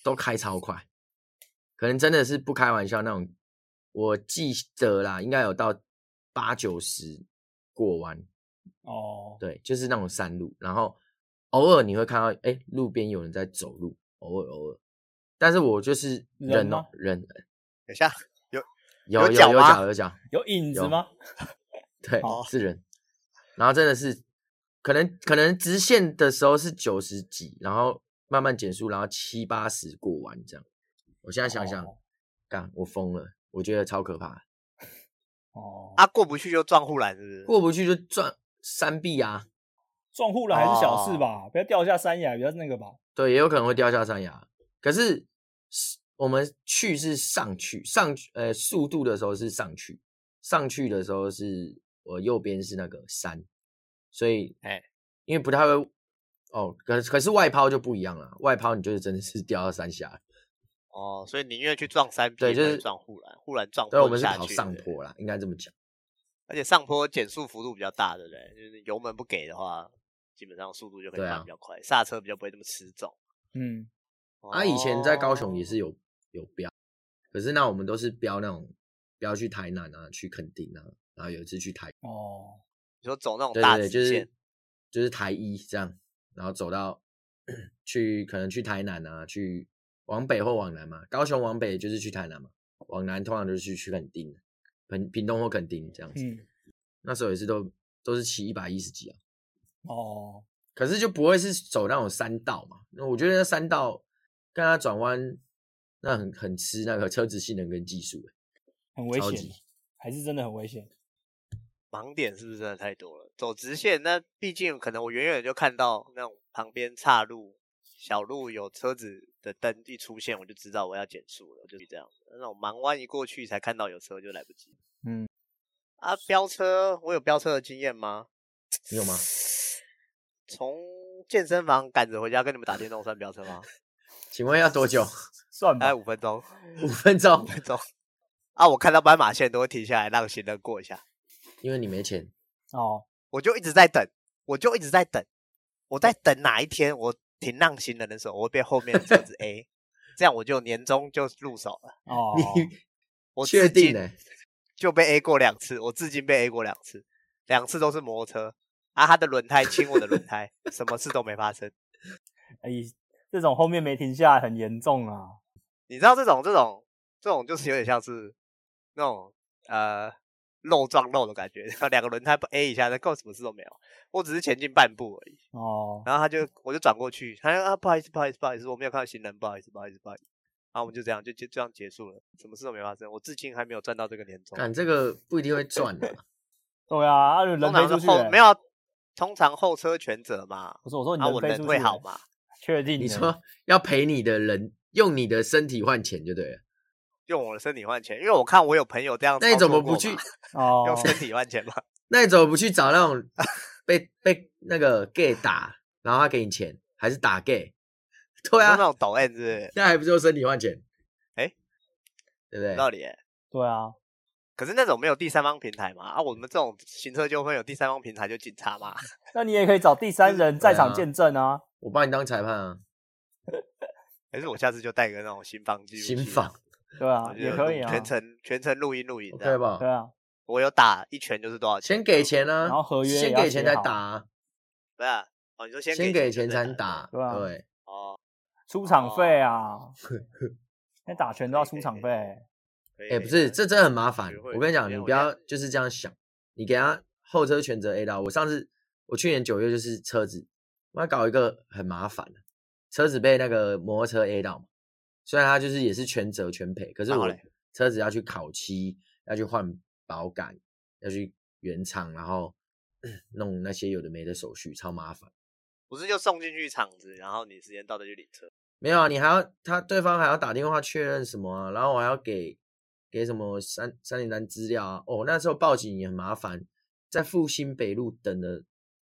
[SPEAKER 3] 都开超快，可能真的是不开玩笑那种。我记得啦，应该有到八九十过弯，
[SPEAKER 2] 哦，
[SPEAKER 3] 对，就是那种山路，然后偶尔你会看到，哎、路边有人在走路，偶尔偶尔，但是我就是
[SPEAKER 2] 人
[SPEAKER 3] 人哦
[SPEAKER 2] 吗，
[SPEAKER 3] 人
[SPEAKER 1] 等一下
[SPEAKER 3] 有
[SPEAKER 1] 有
[SPEAKER 3] 有
[SPEAKER 1] 脚
[SPEAKER 3] 有
[SPEAKER 1] 吗
[SPEAKER 3] 脚有脚，
[SPEAKER 2] 有影子
[SPEAKER 3] 有
[SPEAKER 2] 吗？
[SPEAKER 3] 对
[SPEAKER 1] 哦，
[SPEAKER 3] 是人。然后真的是，可能可能直线的时候是九十几，然后慢慢减速，然后七八十过完这样。我现在想想
[SPEAKER 2] 哦，
[SPEAKER 3] 干、我疯了，我觉得超可怕，
[SPEAKER 2] 哦，
[SPEAKER 1] 啊，过不去就撞护栏，是不是？
[SPEAKER 3] 过不去就撞山壁啊，
[SPEAKER 2] 撞护栏还是小事
[SPEAKER 1] 哦
[SPEAKER 2] 吧，不要掉下山崖，比较那个吧。
[SPEAKER 3] 对，也有可能会掉下山崖。可是是我们去是上去，上去呃速度的时候是上去，上去的时候是我右边是那个山，所以
[SPEAKER 1] 哎
[SPEAKER 3] 因为不太会哦，可可是外抛就不一样了，外抛你就是真的是 掉到 山下，
[SPEAKER 1] 哦，所以宁愿去撞山壁，
[SPEAKER 3] 对就
[SPEAKER 1] 不然
[SPEAKER 3] 是
[SPEAKER 1] 撞护栏，护栏撞
[SPEAKER 3] 对，我
[SPEAKER 1] 不
[SPEAKER 3] 们是
[SPEAKER 1] 下
[SPEAKER 3] 跑
[SPEAKER 1] 去
[SPEAKER 3] 上
[SPEAKER 1] 对
[SPEAKER 3] 坡啦，应该这么讲。
[SPEAKER 1] 而且上坡减速幅度比较大，对不对？就是油门不给的话，基本上速度就可以
[SPEAKER 3] 对啊
[SPEAKER 1] 慢比较快，刹车比较不会那么吃重。
[SPEAKER 2] 嗯，
[SPEAKER 3] 啊，以前在高雄也是
[SPEAKER 1] 哦，
[SPEAKER 3] 有有标，可是那我们都是标那种标去台南啊，去垦丁啊，然后有一次去台。
[SPEAKER 2] 哦，
[SPEAKER 1] 你说走那种
[SPEAKER 3] 对
[SPEAKER 1] 大
[SPEAKER 3] 对对，
[SPEAKER 1] 直
[SPEAKER 3] 就
[SPEAKER 1] 线
[SPEAKER 3] 是，就是台一这样，然后走到去可能去台南啊，去往北或往南嘛，高雄往北就是去台南嘛，往南通常就是去去垦丁，屏屏东或垦丁这样子。
[SPEAKER 2] 嗯，
[SPEAKER 3] 那时候也是都都是骑一百一十几啊，
[SPEAKER 2] 哦，
[SPEAKER 3] 可是就不会是走那种山道嘛，那我觉得那山道跟它转弯。那很很吃那个车子性能跟技术、欸
[SPEAKER 2] 很危
[SPEAKER 3] 超
[SPEAKER 2] 险
[SPEAKER 3] 级，
[SPEAKER 2] 还是真的很危险。
[SPEAKER 1] 盲点是不是真的太多了？走直线，那毕竟可能我远远就看到那种旁边岔路、小路有车子的灯一出现，我就知道我要减速了，就是这样。那种盲弯一过去才看到有车就来不及。
[SPEAKER 2] 嗯，
[SPEAKER 1] 啊，飙车，我有飙车的经验吗？
[SPEAKER 3] 你有吗？
[SPEAKER 1] 从健身房赶着回家跟你们打电动算飙车吗？
[SPEAKER 3] 请问要多久？
[SPEAKER 2] 算
[SPEAKER 1] 大概
[SPEAKER 2] 吧，
[SPEAKER 1] 五分钟，
[SPEAKER 3] 五分钟
[SPEAKER 1] 五， 分钟。啊，我看到斑马线都会停下来让行人过一下，
[SPEAKER 3] 因为你没钱。
[SPEAKER 2] 哦，
[SPEAKER 1] 我就一直在等，我就一直在等，我
[SPEAKER 3] 嗯
[SPEAKER 1] 在等哪一天我停让行人的时候，我会被后面的车子 A，这 样我就年终就入手了。
[SPEAKER 2] 哦，
[SPEAKER 3] 你
[SPEAKER 1] 我
[SPEAKER 3] 确
[SPEAKER 1] 至今
[SPEAKER 3] 定欸
[SPEAKER 1] 就被 A 过两次，我至今被 A 过两次，两次都是摩托车啊，他的轮胎亲我的轮胎，什么事都没发生。
[SPEAKER 2] 哎，这种后面没停下来很严重啊。
[SPEAKER 1] 你知道这种这种这种就是有点像是那种呃肉撞肉的感觉，然后两个轮胎不 A 一下，那够什么事都没有，我只是前进半步而已。
[SPEAKER 2] 哦，
[SPEAKER 1] 然后他就我就转过去，他就啊不好意思不好意思不好意思，我没有看到行人，不好意思不好意思不好意思。然后我们就这样就就这样结束了，什么事都没发生。我至今还没有赚到这个年终，
[SPEAKER 3] 干这个不一定会赚的、
[SPEAKER 2] 对啊，啊人
[SPEAKER 1] 通
[SPEAKER 2] 飞
[SPEAKER 1] 常是
[SPEAKER 2] 出去
[SPEAKER 1] 后
[SPEAKER 2] 了，
[SPEAKER 1] 没有啊，通常后车全责嘛。
[SPEAKER 2] 不是我说你
[SPEAKER 1] 啊，我
[SPEAKER 2] 飞
[SPEAKER 1] 人
[SPEAKER 2] 出去
[SPEAKER 1] 会
[SPEAKER 2] 了
[SPEAKER 1] 好吗？？
[SPEAKER 2] 确定？
[SPEAKER 3] 你说要赔你的人，用你的身体换钱就对了。用
[SPEAKER 1] 用我的身体换钱，因为我看我有朋友这样操
[SPEAKER 3] 那
[SPEAKER 1] 作过嘛，
[SPEAKER 3] 你怎么不去？
[SPEAKER 2] 哦，
[SPEAKER 1] 用身体换钱嘛？
[SPEAKER 3] 那你怎么不去找那种 被被那个 gay 打，然后他给你钱，还是打 gay？对
[SPEAKER 1] 你说那
[SPEAKER 3] 啊，
[SPEAKER 1] 种抖 M 是不是？
[SPEAKER 3] 那还不是用身体换钱？
[SPEAKER 1] 哎
[SPEAKER 3] 对不对
[SPEAKER 1] 有？道理欸。
[SPEAKER 2] 对啊，
[SPEAKER 1] 可是那种没有第三方平台嘛？啊，我们这种行车纠纷有第三方平台就警察 嘛？
[SPEAKER 2] 那你也可以找第三人在
[SPEAKER 3] 对
[SPEAKER 2] 场
[SPEAKER 3] 啊
[SPEAKER 2] 见证啊。
[SPEAKER 3] 我帮你当裁判啊，
[SPEAKER 1] 还是我下次就带个那种新房记录器啊
[SPEAKER 3] 新房
[SPEAKER 2] 对啊，
[SPEAKER 1] 就
[SPEAKER 2] 也
[SPEAKER 1] 有
[SPEAKER 2] 可
[SPEAKER 1] 录
[SPEAKER 2] 以啊，
[SPEAKER 1] 全程全程录音录影这
[SPEAKER 3] OK
[SPEAKER 1] 样。
[SPEAKER 3] 吧
[SPEAKER 2] 对？啊，
[SPEAKER 1] 我有打一拳就是多少钱？
[SPEAKER 3] 先给钱啊，
[SPEAKER 2] 然后合约也
[SPEAKER 3] 先
[SPEAKER 2] 要
[SPEAKER 3] 给钱
[SPEAKER 2] 写
[SPEAKER 3] 再
[SPEAKER 2] 好
[SPEAKER 3] 打啊，
[SPEAKER 1] 不是啊？哦，你说先
[SPEAKER 3] 先
[SPEAKER 1] 给
[SPEAKER 3] 给钱
[SPEAKER 1] 就
[SPEAKER 3] 才
[SPEAKER 1] 对
[SPEAKER 3] 能打，
[SPEAKER 2] 对啊
[SPEAKER 3] 对，
[SPEAKER 1] 哦，
[SPEAKER 2] 出场费啊，那打拳都要出场费。
[SPEAKER 1] 可以
[SPEAKER 3] 哎，
[SPEAKER 1] 可
[SPEAKER 3] 不
[SPEAKER 1] 以
[SPEAKER 3] 是，
[SPEAKER 1] 可以啊
[SPEAKER 3] 这真的很麻烦
[SPEAKER 1] 学。会
[SPEAKER 3] 我跟你
[SPEAKER 1] 了
[SPEAKER 3] 讲，
[SPEAKER 1] 解
[SPEAKER 3] 你
[SPEAKER 1] 我
[SPEAKER 3] 不
[SPEAKER 1] 现在
[SPEAKER 3] 要就是这样想，你给他后车全责 A 到。我上次我去年九月就是车子，我要搞一个很麻烦的，车子被那个摩托车 A 到嘛，虽然他就是也是全责全赔，可是
[SPEAKER 1] 然后
[SPEAKER 3] 我
[SPEAKER 1] 嘞
[SPEAKER 3] 车子要去烤漆，要去换保杆，要去原厂，然后 弄那些有的没的手续，超麻烦。
[SPEAKER 1] 不是就送进去厂子，然后你时间到再去领车。
[SPEAKER 3] 没有啊，你还要他对方还要打电话确认什么啊，然后我还要给给什么三三零三资料啊。哦，那时候报警也很麻烦，在复兴北路等了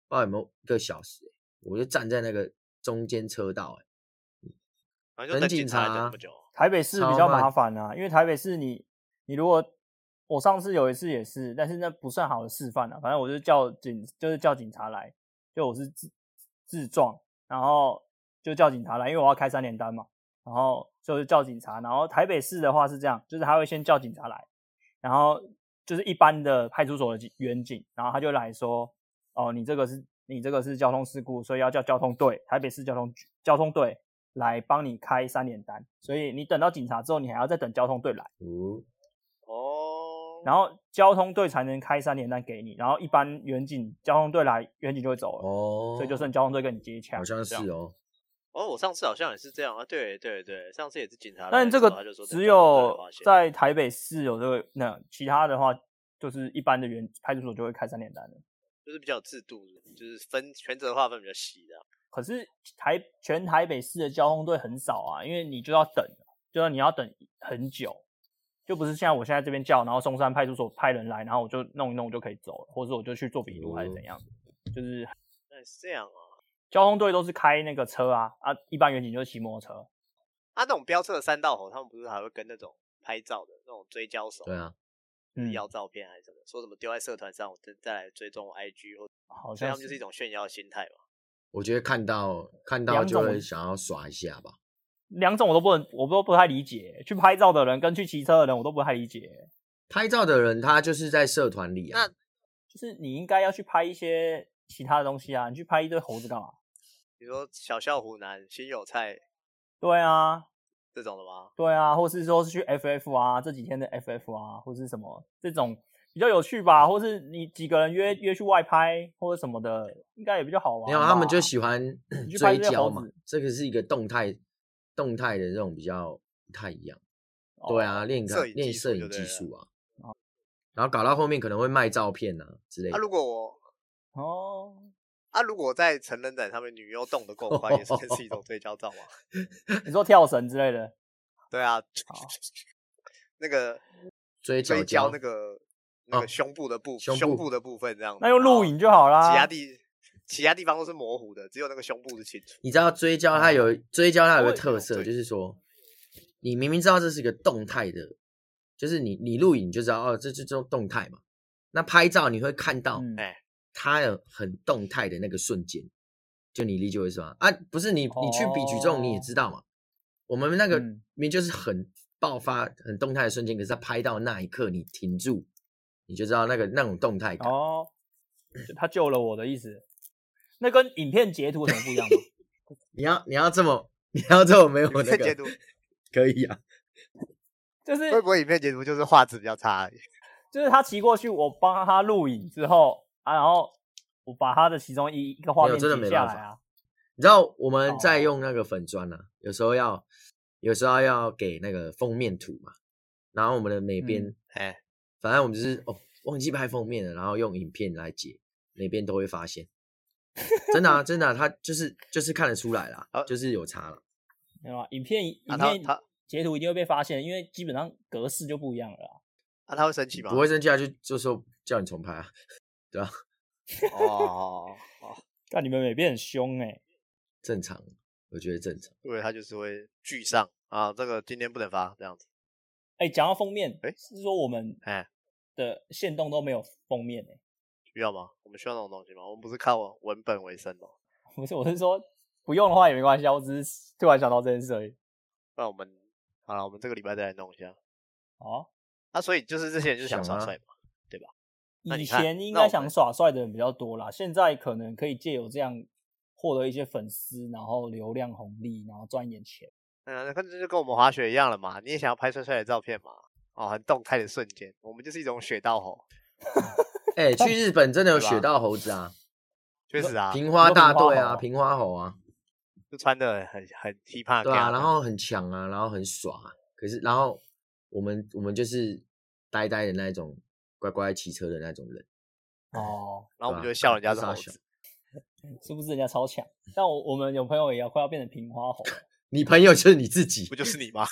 [SPEAKER 3] 不知道有没有一个小时欸、我就站在那个中间车道、欸，
[SPEAKER 1] 然后就
[SPEAKER 3] 等
[SPEAKER 1] 等
[SPEAKER 3] 警
[SPEAKER 1] 警察
[SPEAKER 3] 察
[SPEAKER 1] 也等不久，
[SPEAKER 2] 台北市比
[SPEAKER 3] 超
[SPEAKER 2] 较
[SPEAKER 3] 慢
[SPEAKER 2] 麻烦啊，因为台北市你你如果我上次有一次也是，但是那不算好的示范啊，反正我就叫警就是叫警察来，就我是自自撞，然后就叫警察来，因为我要开三联单嘛，然后就是叫警察，然后台北市的话是这样，就是他会先叫警察来，然后就是一般的派出所的警员警，然后他就来说，哦，你这个是你这个是交通事故，所以要叫交通队，台北市交通局交通队来帮你开三联单，所以你等到警察之后，你还要再等交通队来，
[SPEAKER 3] 哦，
[SPEAKER 1] 哦，
[SPEAKER 2] 然后交通队才能开三联单给你，然后一般远警交通队来，远警就会走了，
[SPEAKER 3] 哦，
[SPEAKER 2] 所以就剩交通队跟你接洽，
[SPEAKER 3] 好像
[SPEAKER 2] 这
[SPEAKER 3] 是
[SPEAKER 2] 样
[SPEAKER 3] 哦，
[SPEAKER 1] 哦，我上次好像也是这样啊，对对对，上次也是警察来的时候，
[SPEAKER 2] 但这个
[SPEAKER 1] 他就说等
[SPEAKER 2] 只
[SPEAKER 1] 交通队来
[SPEAKER 2] 有
[SPEAKER 1] 发现
[SPEAKER 2] 在台北市有这个，那其他的话就是一般的原派出所就会开三联单的。
[SPEAKER 1] 就是比较有制度，就是分权责划分比较细的啊。
[SPEAKER 2] 可是台全台北市的交通队很少啊，因为你就要等，就是你要等很久，就不是像我现在这边叫，然后松山派出所派人来，然后我就弄一弄就可以走了，或者我就去做笔录还是怎
[SPEAKER 1] 哦
[SPEAKER 2] 样，就是
[SPEAKER 1] 那也是这样啊，
[SPEAKER 2] 交通队都是开那个车啊啊，一般远景就是骑摩托车，
[SPEAKER 1] 啊，那种飙车的三道猴，他们不是还会跟那种拍照的那种追焦手，
[SPEAKER 3] 对啊，
[SPEAKER 1] 就是
[SPEAKER 2] 嗯
[SPEAKER 1] 要照片还是什么，说什么丢在社团上，我再再来追踪我 IG 或，
[SPEAKER 2] 好
[SPEAKER 1] 所以
[SPEAKER 2] 像
[SPEAKER 1] 他们就是一种炫耀心态嘛。
[SPEAKER 3] 我觉得看到看到
[SPEAKER 2] 两
[SPEAKER 3] 就
[SPEAKER 2] 种
[SPEAKER 3] 会想要耍一下吧。
[SPEAKER 2] 两种我都不能，我都不太理解，去拍照的人跟去骑车的人我都不太理解，
[SPEAKER 3] 拍照的人他就是在社团里啊，
[SPEAKER 2] 就是你应该要去拍一些其他的东西啊，你去拍一堆猴子干嘛？
[SPEAKER 1] 你说小笑湖南、新有菜
[SPEAKER 2] 对啊，
[SPEAKER 1] 这种的吗？
[SPEAKER 2] 对啊，或是说是去 FF 啊，这几天的 FF 啊，或是什么这种比较有趣吧，或是你几个人约约去外拍或者什么的，应该也比较好玩吧。
[SPEAKER 3] 没有啊他们就喜欢
[SPEAKER 2] 你去拍
[SPEAKER 3] 追
[SPEAKER 2] 这些
[SPEAKER 3] 焦
[SPEAKER 2] 猴
[SPEAKER 3] 嘛
[SPEAKER 2] 子，
[SPEAKER 3] 这个是一个动态动态的这种比较不太一样。对
[SPEAKER 2] 哦，
[SPEAKER 3] 啊，练
[SPEAKER 1] 摄
[SPEAKER 3] 个
[SPEAKER 1] 影
[SPEAKER 3] 练
[SPEAKER 1] 技术
[SPEAKER 3] 摄
[SPEAKER 1] 就
[SPEAKER 3] 影
[SPEAKER 1] 对
[SPEAKER 3] 技
[SPEAKER 1] 了哦
[SPEAKER 3] 术啊，然后搞到后面可能会卖照片啊之类
[SPEAKER 1] 啊，
[SPEAKER 3] 的。
[SPEAKER 1] 如果我
[SPEAKER 2] 哦，
[SPEAKER 1] 啊，如果我在成人展上面女优动得够快， 也算是一种追焦照嘛。
[SPEAKER 2] 你说跳绳之类的，
[SPEAKER 1] 对啊
[SPEAKER 2] 好，
[SPEAKER 1] 那个
[SPEAKER 3] 追
[SPEAKER 1] 追
[SPEAKER 3] 脚
[SPEAKER 1] 焦
[SPEAKER 3] 胶
[SPEAKER 1] 那个那
[SPEAKER 3] 哦
[SPEAKER 1] 个胸部的部
[SPEAKER 3] 胸部
[SPEAKER 1] 胸部的部分这样子，
[SPEAKER 2] 嗯那用
[SPEAKER 1] 然后
[SPEAKER 2] 录影啊就好啦。
[SPEAKER 1] 其他地其他地方都是模糊的，只有那个胸部 是清楚。
[SPEAKER 3] 你知道追焦它
[SPEAKER 1] 哦
[SPEAKER 3] 有追焦它有个特色，
[SPEAKER 1] 对
[SPEAKER 3] 就是说，你明明知道这是一个动态的，就是你你录影就知道哦，这这这种动态嘛。那拍照你会看到
[SPEAKER 2] 嗯，
[SPEAKER 1] 哎
[SPEAKER 3] 它有很动态的那个瞬间，就你理解为什么啊？不是你你去比举重你也
[SPEAKER 2] 哦
[SPEAKER 3] 知道嘛，我们那个
[SPEAKER 2] 嗯
[SPEAKER 3] 明明就是很爆发、很动态的瞬间，可是它拍到那一刻你停住，你就知道那个那种动态感。
[SPEAKER 2] 哦，就他救了我的意思。那跟影片截图有什么不一样吗？
[SPEAKER 3] 你要你要这么你要这么没有
[SPEAKER 1] 影
[SPEAKER 3] 那
[SPEAKER 1] 片截
[SPEAKER 3] 个
[SPEAKER 1] 图
[SPEAKER 3] 可以啊？
[SPEAKER 2] 就是
[SPEAKER 1] 会不会影片截图就是画质比较差而已？
[SPEAKER 2] 就是他骑过去，我帮他录影之后啊，然后我把他的其中一一个画
[SPEAKER 3] 没有
[SPEAKER 2] 面
[SPEAKER 3] 真的
[SPEAKER 2] 截
[SPEAKER 3] 没
[SPEAKER 2] 下
[SPEAKER 3] 办
[SPEAKER 2] 来
[SPEAKER 3] 法
[SPEAKER 2] 啊。
[SPEAKER 3] 你知道我们在
[SPEAKER 2] 哦
[SPEAKER 3] 用那个粉砖啊，有时候要有时候要给那个封面图嘛，然后我们的美编、
[SPEAKER 2] 嗯
[SPEAKER 1] 哎，
[SPEAKER 3] 反正我们就是哦，忘记拍封面了，然后用影片来解，哪边都会发现。真的啊， 真的、啊，他就是就是看得出来啦
[SPEAKER 1] 好，
[SPEAKER 3] 就是有差了。
[SPEAKER 2] 没有啊，影片影
[SPEAKER 1] 啊他
[SPEAKER 2] 片
[SPEAKER 1] 他
[SPEAKER 2] 截图一定会被发现，因为基本上格式就不一样了啊啦。
[SPEAKER 1] 那他会生气吗？
[SPEAKER 3] 不会生气啊，就就说叫你重拍啊，对啊，
[SPEAKER 1] 哦，哦
[SPEAKER 2] 但你们美编很凶哎、
[SPEAKER 3] 正常，我觉得正常。
[SPEAKER 1] 对，他就是会拒上啊，这个今天不能发这样子。
[SPEAKER 2] 哎、讲到封面，
[SPEAKER 1] 哎
[SPEAKER 2] 是说我们
[SPEAKER 1] 哎，
[SPEAKER 2] 的线动都没有封面哎、
[SPEAKER 1] 需要吗？我们需要那种东西吗？我们不是靠文本为生哦，
[SPEAKER 2] 不是，我是说不用的话也没关系啊，我只是突然想到这件事而已。
[SPEAKER 1] 不然我们好了，我们这个礼拜再来弄一下。
[SPEAKER 2] 哦，
[SPEAKER 1] 啊，所以就是这些人就想耍
[SPEAKER 3] 想啊
[SPEAKER 1] 帅嘛，那
[SPEAKER 2] 以
[SPEAKER 1] 你看
[SPEAKER 2] 前应
[SPEAKER 1] 那我
[SPEAKER 2] 该
[SPEAKER 1] 们
[SPEAKER 2] 想耍帅的人比较多啦，现在可能可以借由这样获得一些粉丝，然后流量红利，然后赚一点 钱。
[SPEAKER 1] 嗯，那跟这就跟我们滑雪一样了嘛，你也想要拍帅帅的照片嘛？哦，很动态的瞬间，我们就是一种雪道猴，
[SPEAKER 3] 哎、去日本真的有
[SPEAKER 1] 对吧
[SPEAKER 3] 雪道猴子啊，
[SPEAKER 1] 确实啊，
[SPEAKER 3] 平花大队啊，
[SPEAKER 2] 你说
[SPEAKER 3] 平花猴啊，
[SPEAKER 1] 就穿的很很 T 怕
[SPEAKER 3] 对啊，然后很强啊，然后很爽啊。可是，然后我们我们就是呆呆的那一种，乖乖骑车的那种人。
[SPEAKER 2] 哦，
[SPEAKER 1] 然后我们
[SPEAKER 3] 对啊
[SPEAKER 1] 就会笑人家是
[SPEAKER 3] 傻
[SPEAKER 1] 猴
[SPEAKER 3] 小
[SPEAKER 1] 子，
[SPEAKER 2] 是不是人家超强？但我我们有朋友也要快要变成平花猴了，
[SPEAKER 3] 你朋友就是你自己
[SPEAKER 1] 不，就是你 吗？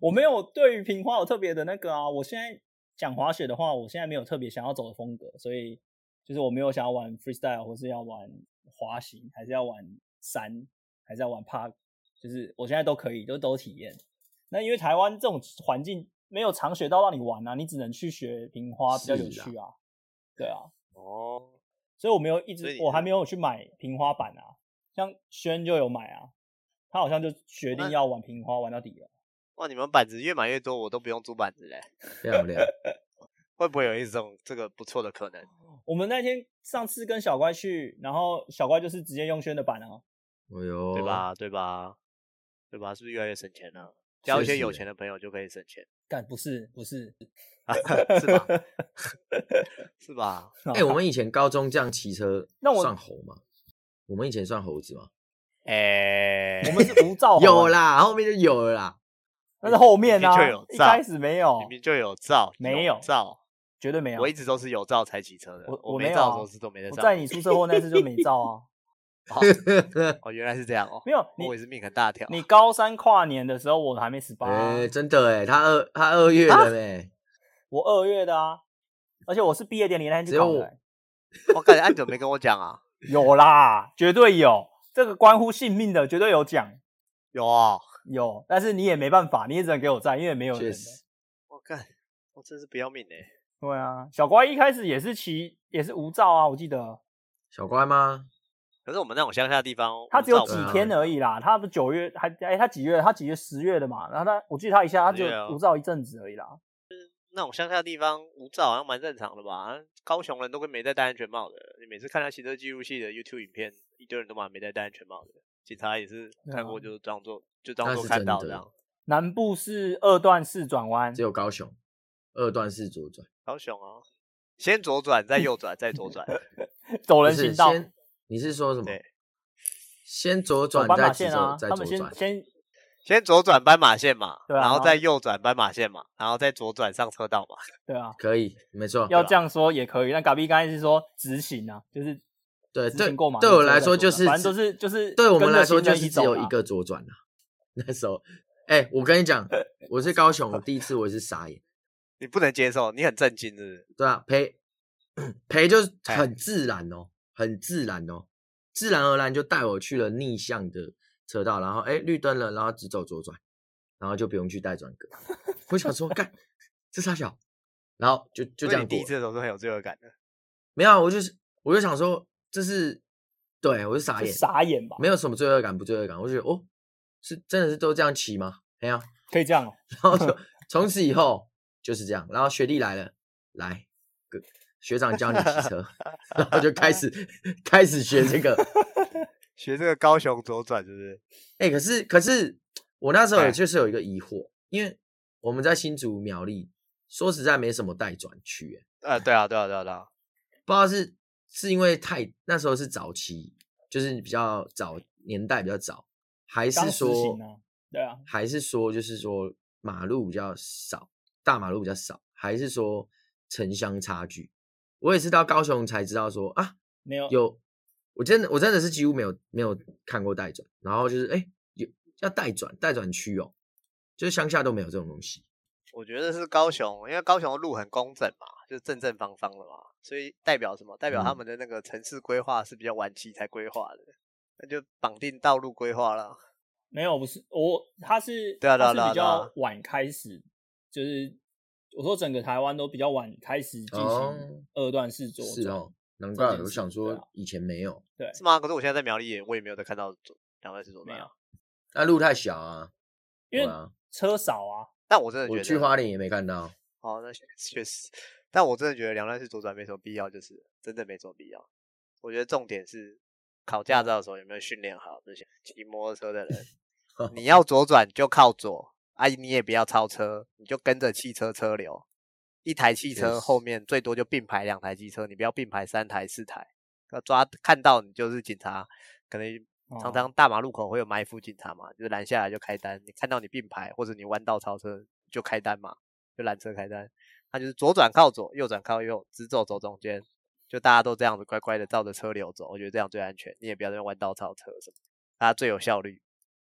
[SPEAKER 2] 我没有对于平花有特别的那个啊。我现在讲滑雪的话，我现在没有特别想要走的风格，所以就是我没有想要玩 freestyle 或是要玩滑行，还是要玩山，还是要玩 park，就是我现在都可以，都都体验。那因为台湾这种环境没有长雪道让你玩啊，你只能去学平花比较有
[SPEAKER 3] 是啊
[SPEAKER 2] 趣啊。对啊，
[SPEAKER 1] 哦，
[SPEAKER 2] 所以我没有一
[SPEAKER 1] 所以
[SPEAKER 2] 直
[SPEAKER 1] 你，
[SPEAKER 2] 我
[SPEAKER 1] 是
[SPEAKER 2] 还没有去买平花板啊。像轩就有买啊，他好像就决定
[SPEAKER 1] 哦那
[SPEAKER 2] 要玩平花玩到底了。
[SPEAKER 1] 哇，你们板子越买越多，我都不用租板子嘞，
[SPEAKER 3] 漂亮不亮？
[SPEAKER 1] 会不会有一种这个不错的可能？
[SPEAKER 2] 我们那天上次跟小乖去，然后小乖就是直接用轩的板啊。
[SPEAKER 3] 哎呦，
[SPEAKER 1] 对？吧？对吧？对吧？是不是越来越省钱了？交一些
[SPEAKER 3] 确实
[SPEAKER 1] 有
[SPEAKER 3] 欸
[SPEAKER 1] 钱的朋友就可以省钱，
[SPEAKER 2] 干不是不是，
[SPEAKER 1] 是吧？是 吧？
[SPEAKER 3] 哎、我们以前高中这样骑车，
[SPEAKER 2] 那我
[SPEAKER 3] 算猴吗？我们以前算猴子吗？
[SPEAKER 1] 哎，
[SPEAKER 2] 我们是无照
[SPEAKER 3] 有
[SPEAKER 2] 啦，
[SPEAKER 3] 啦，后面就有 了啦。
[SPEAKER 2] 但是后面
[SPEAKER 1] 明明
[SPEAKER 2] 啊
[SPEAKER 1] 就有，
[SPEAKER 2] 一
[SPEAKER 1] 照
[SPEAKER 2] 开始没有
[SPEAKER 1] 明，明就有照，
[SPEAKER 2] 没有
[SPEAKER 1] 照，
[SPEAKER 2] 绝对没有
[SPEAKER 1] 我。一直都是有照才骑车的，
[SPEAKER 2] 我
[SPEAKER 1] 我
[SPEAKER 2] 我
[SPEAKER 1] 没
[SPEAKER 2] 没
[SPEAKER 1] 照
[SPEAKER 2] 有
[SPEAKER 1] 的
[SPEAKER 2] 啊
[SPEAKER 1] 时候是都没在
[SPEAKER 2] 我
[SPEAKER 1] 照。
[SPEAKER 2] 在你出车祸那次就没照啊，
[SPEAKER 1] 哦，原来是这样哦，
[SPEAKER 2] 没有
[SPEAKER 1] 我也
[SPEAKER 2] 你
[SPEAKER 1] 是命很大条。
[SPEAKER 2] 你高三跨年的时候我还没十八、啊
[SPEAKER 3] 哎、真的哎、他二他二月了嘞、
[SPEAKER 2] 我二月的啊，而且我是毕业典礼那天
[SPEAKER 3] 只
[SPEAKER 2] 去
[SPEAKER 3] 有
[SPEAKER 2] 考的
[SPEAKER 3] 我
[SPEAKER 2] 欸、
[SPEAKER 1] 我感觉安怎么没跟我讲 啊？
[SPEAKER 2] 有啦，绝对有，这个关乎性命的绝对有讲
[SPEAKER 1] 有哦，
[SPEAKER 2] 有，但是你也没办法，你也只能给我赞，因为没有人
[SPEAKER 3] 确
[SPEAKER 2] 了。
[SPEAKER 3] 实，
[SPEAKER 1] 我干，我真是不要命哎、
[SPEAKER 2] 对啊，小乖一开始也是骑，也是无照啊，我记得
[SPEAKER 3] 小乖吗？
[SPEAKER 1] 可是我们那种乡下地方，
[SPEAKER 2] 他
[SPEAKER 1] 无
[SPEAKER 2] 只有
[SPEAKER 1] 照
[SPEAKER 2] 几
[SPEAKER 1] 无照
[SPEAKER 3] 嗯
[SPEAKER 2] 天而已啦，他不九月还哎、他几月？他几月十月的嘛，然后他我记得他一下他只
[SPEAKER 1] 十月啊
[SPEAKER 3] 哦
[SPEAKER 2] 有无照一阵子而已啦。
[SPEAKER 1] 那种乡下地方无照好像蛮正常的吧？啊高雄人都跟没在戴安全帽的，你每次看他行车记录器的 YouTube 影片，一堆人都蛮没在戴安全帽的，警察也是看过就当做、就当
[SPEAKER 3] 那
[SPEAKER 1] 做
[SPEAKER 3] 是
[SPEAKER 1] 看
[SPEAKER 3] 真
[SPEAKER 1] 到
[SPEAKER 3] 的
[SPEAKER 1] 这样。
[SPEAKER 2] 南部是二段式转弯
[SPEAKER 3] 只，有高雄，二段式左转，
[SPEAKER 1] 高雄哦，先左转，再右转，再左转，
[SPEAKER 2] 走
[SPEAKER 3] 不
[SPEAKER 2] 人
[SPEAKER 3] 是
[SPEAKER 2] 行道，
[SPEAKER 3] 先，你是说什么
[SPEAKER 1] 对？
[SPEAKER 3] 先左
[SPEAKER 2] 走
[SPEAKER 3] 转，
[SPEAKER 2] 斑马
[SPEAKER 3] 再直
[SPEAKER 2] 线
[SPEAKER 3] 走，
[SPEAKER 2] 啊。
[SPEAKER 3] 再
[SPEAKER 2] 他们
[SPEAKER 3] 左
[SPEAKER 2] 先
[SPEAKER 3] 转。
[SPEAKER 2] 先
[SPEAKER 1] 先左转斑马线嘛，
[SPEAKER 2] 对啊
[SPEAKER 1] 然
[SPEAKER 2] 然
[SPEAKER 1] 后
[SPEAKER 2] 后
[SPEAKER 1] 再右转斑马线嘛，然后再左转上车道嘛。
[SPEAKER 2] 对啊，
[SPEAKER 3] 可以，没错。
[SPEAKER 2] 要这样说也可以。但嘎比刚才是说直行啊，就是
[SPEAKER 3] 对
[SPEAKER 2] 直
[SPEAKER 3] 对
[SPEAKER 2] 行过马，
[SPEAKER 3] 对
[SPEAKER 2] 路
[SPEAKER 3] 我
[SPEAKER 2] 之后
[SPEAKER 3] 来
[SPEAKER 2] 再
[SPEAKER 3] 说就
[SPEAKER 2] 左转反
[SPEAKER 3] 是
[SPEAKER 2] 正
[SPEAKER 3] 只
[SPEAKER 2] 都是就是
[SPEAKER 3] 对我
[SPEAKER 2] 跟
[SPEAKER 3] 们
[SPEAKER 2] 着
[SPEAKER 3] 来说
[SPEAKER 2] 行人
[SPEAKER 3] 就
[SPEAKER 2] 一
[SPEAKER 3] 是
[SPEAKER 2] 起
[SPEAKER 3] 只
[SPEAKER 2] 走
[SPEAKER 3] 有
[SPEAKER 2] 啦
[SPEAKER 3] 一个左转啊。 那时候，哎、我跟 你讲，我是高雄，我第一次我是傻眼。
[SPEAKER 1] 你不能接受，你很震惊是不是？
[SPEAKER 3] 对啊，陪陪就是
[SPEAKER 1] 哎
[SPEAKER 3] 很自然哦，很自然哦，自然而然就带我去了逆向的车道，然后哎绿灯了，然后只走左转，然后就不用去带转 格。我想说，干这傻小，然后就就这
[SPEAKER 1] 所以
[SPEAKER 3] 样
[SPEAKER 1] 你第
[SPEAKER 3] 过
[SPEAKER 1] 一
[SPEAKER 3] 了
[SPEAKER 1] 次的时候是很有罪恶感的。
[SPEAKER 3] 没有啊，我就是我就想说，这是对我就傻
[SPEAKER 2] 就
[SPEAKER 3] 眼，
[SPEAKER 2] 傻眼吧？
[SPEAKER 3] 没有什么罪恶感不罪恶感，我就觉得哦，是真的是都这样骑吗？哎呀、
[SPEAKER 2] 可以这样哦。
[SPEAKER 3] 然后就从此以后就是这样。然后学弟来了，来，哥学长教你骑车，然后就开始开始学这个。
[SPEAKER 1] 学这个高雄左转是不是？
[SPEAKER 3] 哎、可是可是我那时候
[SPEAKER 1] 哎
[SPEAKER 3] 也就是有一个疑惑，因为我们在新竹苗栗，说实在没什么待转区、欸，
[SPEAKER 1] 呃，对啊，对啊，对啊，对啊。
[SPEAKER 3] 不知道是是因为太那时候是早期，就是比较早年代比较早，还
[SPEAKER 2] 刚
[SPEAKER 3] 是
[SPEAKER 2] 实
[SPEAKER 3] 说
[SPEAKER 2] 行啊对啊，
[SPEAKER 3] 还是说就是说马路比较少，大马路比较少，还是说城乡差距？我也是到高雄才知道说啊，
[SPEAKER 2] 没有
[SPEAKER 3] 有我真的我真的是几乎没有没有看过待转，然后就是哎、有要待转待转区哦，就是乡下都没有这种东西。
[SPEAKER 1] 我觉得是高雄，因为高雄的路很工整嘛，就是正正方方的嘛，所以代表什么？代表他
[SPEAKER 3] 嗯
[SPEAKER 1] 们的那个城市规划是比较晚期才规划的，那就绑定道路规划了。
[SPEAKER 2] 没有不是我，他是
[SPEAKER 1] 对啊对啊
[SPEAKER 2] 他是
[SPEAKER 1] 对啊
[SPEAKER 2] 比
[SPEAKER 1] 对啊
[SPEAKER 2] 较晚开始，就是我说整个台湾都比较晚开始进
[SPEAKER 3] 哦
[SPEAKER 2] 行二段式左
[SPEAKER 3] 是
[SPEAKER 2] 转，
[SPEAKER 3] 哦，难
[SPEAKER 2] 这
[SPEAKER 3] 怪
[SPEAKER 2] 件
[SPEAKER 3] 我
[SPEAKER 2] 事
[SPEAKER 3] 想
[SPEAKER 2] 对啊
[SPEAKER 3] 说以前没有，
[SPEAKER 1] 是吗？可是我现在在苗栗，我也没有再看到左两段式左
[SPEAKER 2] 没
[SPEAKER 1] 转
[SPEAKER 2] 有
[SPEAKER 1] 啊。
[SPEAKER 3] 那路太小啊。
[SPEAKER 2] 因
[SPEAKER 3] 对
[SPEAKER 2] 为
[SPEAKER 3] 啊，
[SPEAKER 2] 车少啊，
[SPEAKER 1] 但我真的觉
[SPEAKER 3] 我
[SPEAKER 1] 得，
[SPEAKER 3] 去花莲也没看到。
[SPEAKER 1] 哦，那确 确实，但我真的觉得两段式左转没什么必要，就是真的没什么必要。我觉得重点是考驾照的时候有没有训练好这些骑摩托车的人，你啊要左转就靠左，阿、姨你也不要超车，你就跟着汽车车流，一台汽车后面最多就并排两台机车，你不要并排三台四台，要抓看到你就是警察，可能常常大马路口会有埋伏警察嘛，就是拦下来就开单，你看到你并排或者你弯道超车就开单嘛，就拦车开单，他就是左转靠左，右转靠右，直走走中间，就大家都这样子乖乖的照着车流走，我觉得这样最安全，你也不要在那边弯道超车什么，大家最有效率。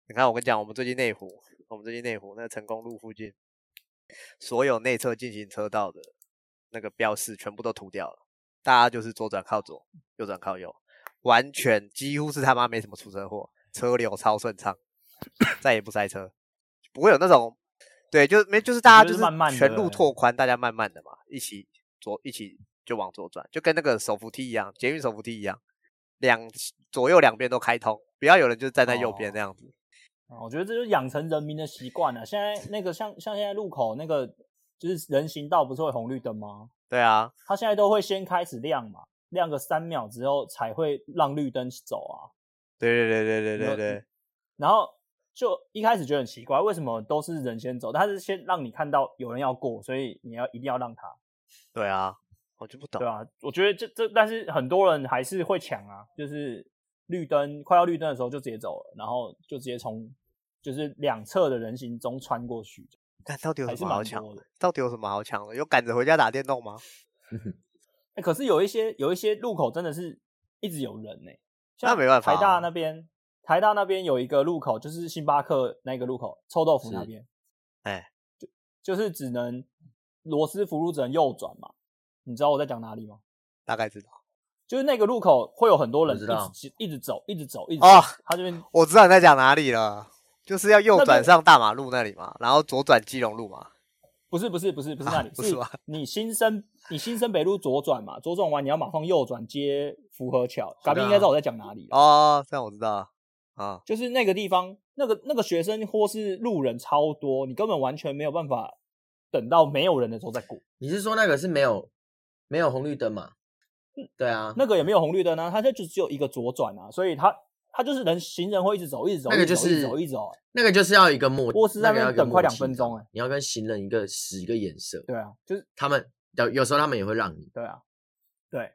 [SPEAKER 1] 你看，我跟你讲，我们最近内湖，我们最近内湖那个成功路附近，所有内侧进行车道的那个标示全部都涂掉了，大家就是左转靠左，右转靠右，完全几乎是他妈没什么出车祸，车流超顺畅，再也不塞车，不会有那种，对，就是没就是大家
[SPEAKER 2] 就是是慢慢的
[SPEAKER 1] 全路拓宽，大家慢慢的嘛，一起左一起就往左转，就跟那个手扶梯一样，捷运手扶梯一样，两左右两边都开通，不要有人就站在右边
[SPEAKER 2] 哦
[SPEAKER 1] 那样子。
[SPEAKER 2] 啊我觉得这就是养成人民的习惯啊了。现在那个像像现在路口那个就是人行道不是会红绿灯吗？
[SPEAKER 1] 对啊，
[SPEAKER 2] 它现在都会先开始亮嘛，亮个三秒之后才会让绿灯走啊。
[SPEAKER 1] 对对对对对对
[SPEAKER 2] 有
[SPEAKER 1] 对，
[SPEAKER 2] 然后就一开始觉得很奇怪，为什么都是人先走？他是先让你看到有人要过，所以你要一定要让他，
[SPEAKER 1] 对啊，我就不懂
[SPEAKER 2] 对。吧、我觉得这这，但是很多人还是会抢啊，就是绿灯快要绿灯的时候就直接走了，然后就直接从就是两侧的人行中穿过去，
[SPEAKER 1] 看到底有
[SPEAKER 2] 还
[SPEAKER 1] 什
[SPEAKER 2] 是
[SPEAKER 1] 么好
[SPEAKER 2] 蛮
[SPEAKER 1] 抢
[SPEAKER 2] 多的
[SPEAKER 1] 的？。到底有什么好抢的？有赶着回家打电动吗？
[SPEAKER 2] 欸可是有一些有一些路口真的是一直有人呢、像
[SPEAKER 1] 那没办法啊
[SPEAKER 2] 台大那边，台大那边有一个路口，就是星巴克那个路口，臭豆腐那
[SPEAKER 3] 是
[SPEAKER 2] 边，
[SPEAKER 1] 哎
[SPEAKER 2] 就就是只能罗斯福路只能右转嘛。你知道我在讲哪里吗？
[SPEAKER 1] 大概知道。
[SPEAKER 2] 就是那个路口会有很多人
[SPEAKER 3] 我
[SPEAKER 2] 一
[SPEAKER 3] 知道啊
[SPEAKER 2] 直一直走，一直走，一直走。
[SPEAKER 1] 哦
[SPEAKER 2] 他这边
[SPEAKER 1] 我知道你在讲哪里了，就是要右
[SPEAKER 2] 那
[SPEAKER 1] 转
[SPEAKER 2] 边
[SPEAKER 1] 上大马路那里嘛，然后左转基隆路嘛。
[SPEAKER 2] 不是不是不是不是
[SPEAKER 1] 啊
[SPEAKER 2] 那里，
[SPEAKER 1] 不是吗
[SPEAKER 2] 你新生你新生北路左转嘛，左转完你要马上右转接福和桥。
[SPEAKER 3] 的啊
[SPEAKER 2] 嘎宾应该知道我在讲哪里了
[SPEAKER 1] 哦，这样我知道了啊。
[SPEAKER 2] 就是那个地方，那个那个学生或是路人超多，你根本完全没有办法等到没有人的时候再过。
[SPEAKER 3] 你是说那个是没有没有红绿灯嘛？对啊，
[SPEAKER 2] 那个也没有红绿灯啊，它就只只有一个左转啊，所以它它就是人行人会一直走，一直走，
[SPEAKER 3] 那个就
[SPEAKER 2] 一直走，一
[SPEAKER 3] 是
[SPEAKER 2] 直走，一直走啊
[SPEAKER 3] 那个就是要一个默，
[SPEAKER 2] 波斯在那边
[SPEAKER 3] 个要一个
[SPEAKER 2] 等快
[SPEAKER 3] 默契
[SPEAKER 2] 2分钟
[SPEAKER 3] 的
[SPEAKER 2] 欸
[SPEAKER 3] 你要跟行人一个使一个眼色，
[SPEAKER 2] 对啊，就是
[SPEAKER 3] 他们有有时候他们也会让你，
[SPEAKER 2] 对啊，对，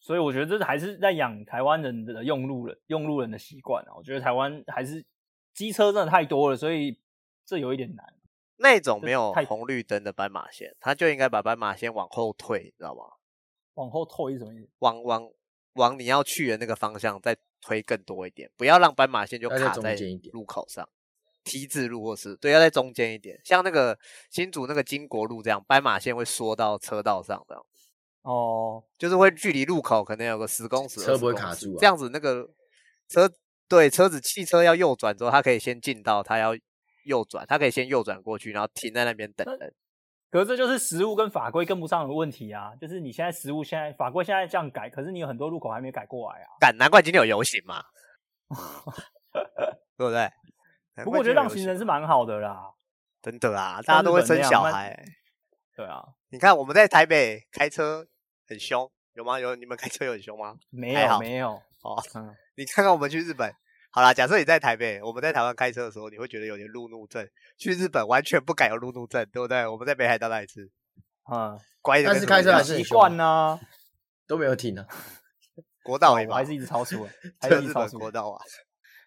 [SPEAKER 2] 所以我觉得这还是在养台湾人的用路人用路人的习惯啊。我觉得台湾还是机车真的太多了，所以这有一点难。
[SPEAKER 1] 那种
[SPEAKER 2] 这
[SPEAKER 1] 没有
[SPEAKER 2] 太
[SPEAKER 1] 红绿灯的斑马线，他就应该把斑马线往后退，你知道吗？
[SPEAKER 2] 往后退是什么意思？
[SPEAKER 1] 往往往你要去的那个方向再推更多一点，不要让斑马线就
[SPEAKER 3] 要在
[SPEAKER 1] 卡
[SPEAKER 3] 中
[SPEAKER 1] 在
[SPEAKER 3] 间一点
[SPEAKER 1] 路口上。T 字路或是对，要在中间一点，像那个新竹那个金国路这样，斑马线会缩到车道上这样，
[SPEAKER 2] 哦，
[SPEAKER 1] 就是会距离路口可能有个十公尺，
[SPEAKER 3] 车不会
[SPEAKER 1] 20公
[SPEAKER 3] 卡
[SPEAKER 1] 尺
[SPEAKER 3] 住啊
[SPEAKER 1] 这样子那个车对车子汽车要右转之后，它可以先进到它要右转，它可以先右转过去，然后停在那边等
[SPEAKER 2] 那
[SPEAKER 1] 人。
[SPEAKER 2] 可是这就是实物跟法规跟不上的问题啊！就是你现在实物现在法规现在这样改，可是你有很多路口还没改过来啊。
[SPEAKER 1] 赶，难怪今天有游行 嘛，对不对？难怪
[SPEAKER 2] 不过我觉
[SPEAKER 1] 今天有
[SPEAKER 2] 得让
[SPEAKER 1] 游
[SPEAKER 2] 行
[SPEAKER 1] 行
[SPEAKER 2] 人是蛮好的啦。
[SPEAKER 1] 真的啊，大
[SPEAKER 2] 像
[SPEAKER 1] 家
[SPEAKER 2] 日
[SPEAKER 1] 都会
[SPEAKER 2] 本
[SPEAKER 1] 生
[SPEAKER 2] 那样
[SPEAKER 1] 小
[SPEAKER 2] 慢
[SPEAKER 1] 孩欸、
[SPEAKER 2] 对啊，
[SPEAKER 1] 你看我们在台北开车很凶，有吗？有你们开车有很凶吗？
[SPEAKER 2] 没
[SPEAKER 1] 还好
[SPEAKER 2] 有没有，
[SPEAKER 1] 哦，
[SPEAKER 2] 嗯，
[SPEAKER 1] 你看看我们去日本，好啦，假设你在台北，我们在台湾开车的时候，你会觉得有点路怒症。去日本完全不敢有路怒症，对不对？我们在北海道那一次，
[SPEAKER 2] 嗯，
[SPEAKER 1] 乖的
[SPEAKER 3] 但
[SPEAKER 1] 跟什
[SPEAKER 3] 是
[SPEAKER 1] 么
[SPEAKER 3] 开
[SPEAKER 1] 一
[SPEAKER 3] 车还
[SPEAKER 1] 样，
[SPEAKER 3] 是
[SPEAKER 2] 习
[SPEAKER 3] 很
[SPEAKER 2] 惯
[SPEAKER 3] 凶
[SPEAKER 2] 呐，
[SPEAKER 3] 都没有停啊，
[SPEAKER 1] 国
[SPEAKER 3] 哦
[SPEAKER 1] 道而已
[SPEAKER 2] 我
[SPEAKER 1] 嘛
[SPEAKER 2] 还是一直超速了，还
[SPEAKER 1] 这
[SPEAKER 2] 是一直
[SPEAKER 1] 日
[SPEAKER 2] 超
[SPEAKER 1] 本
[SPEAKER 2] 速
[SPEAKER 1] 国。道啊，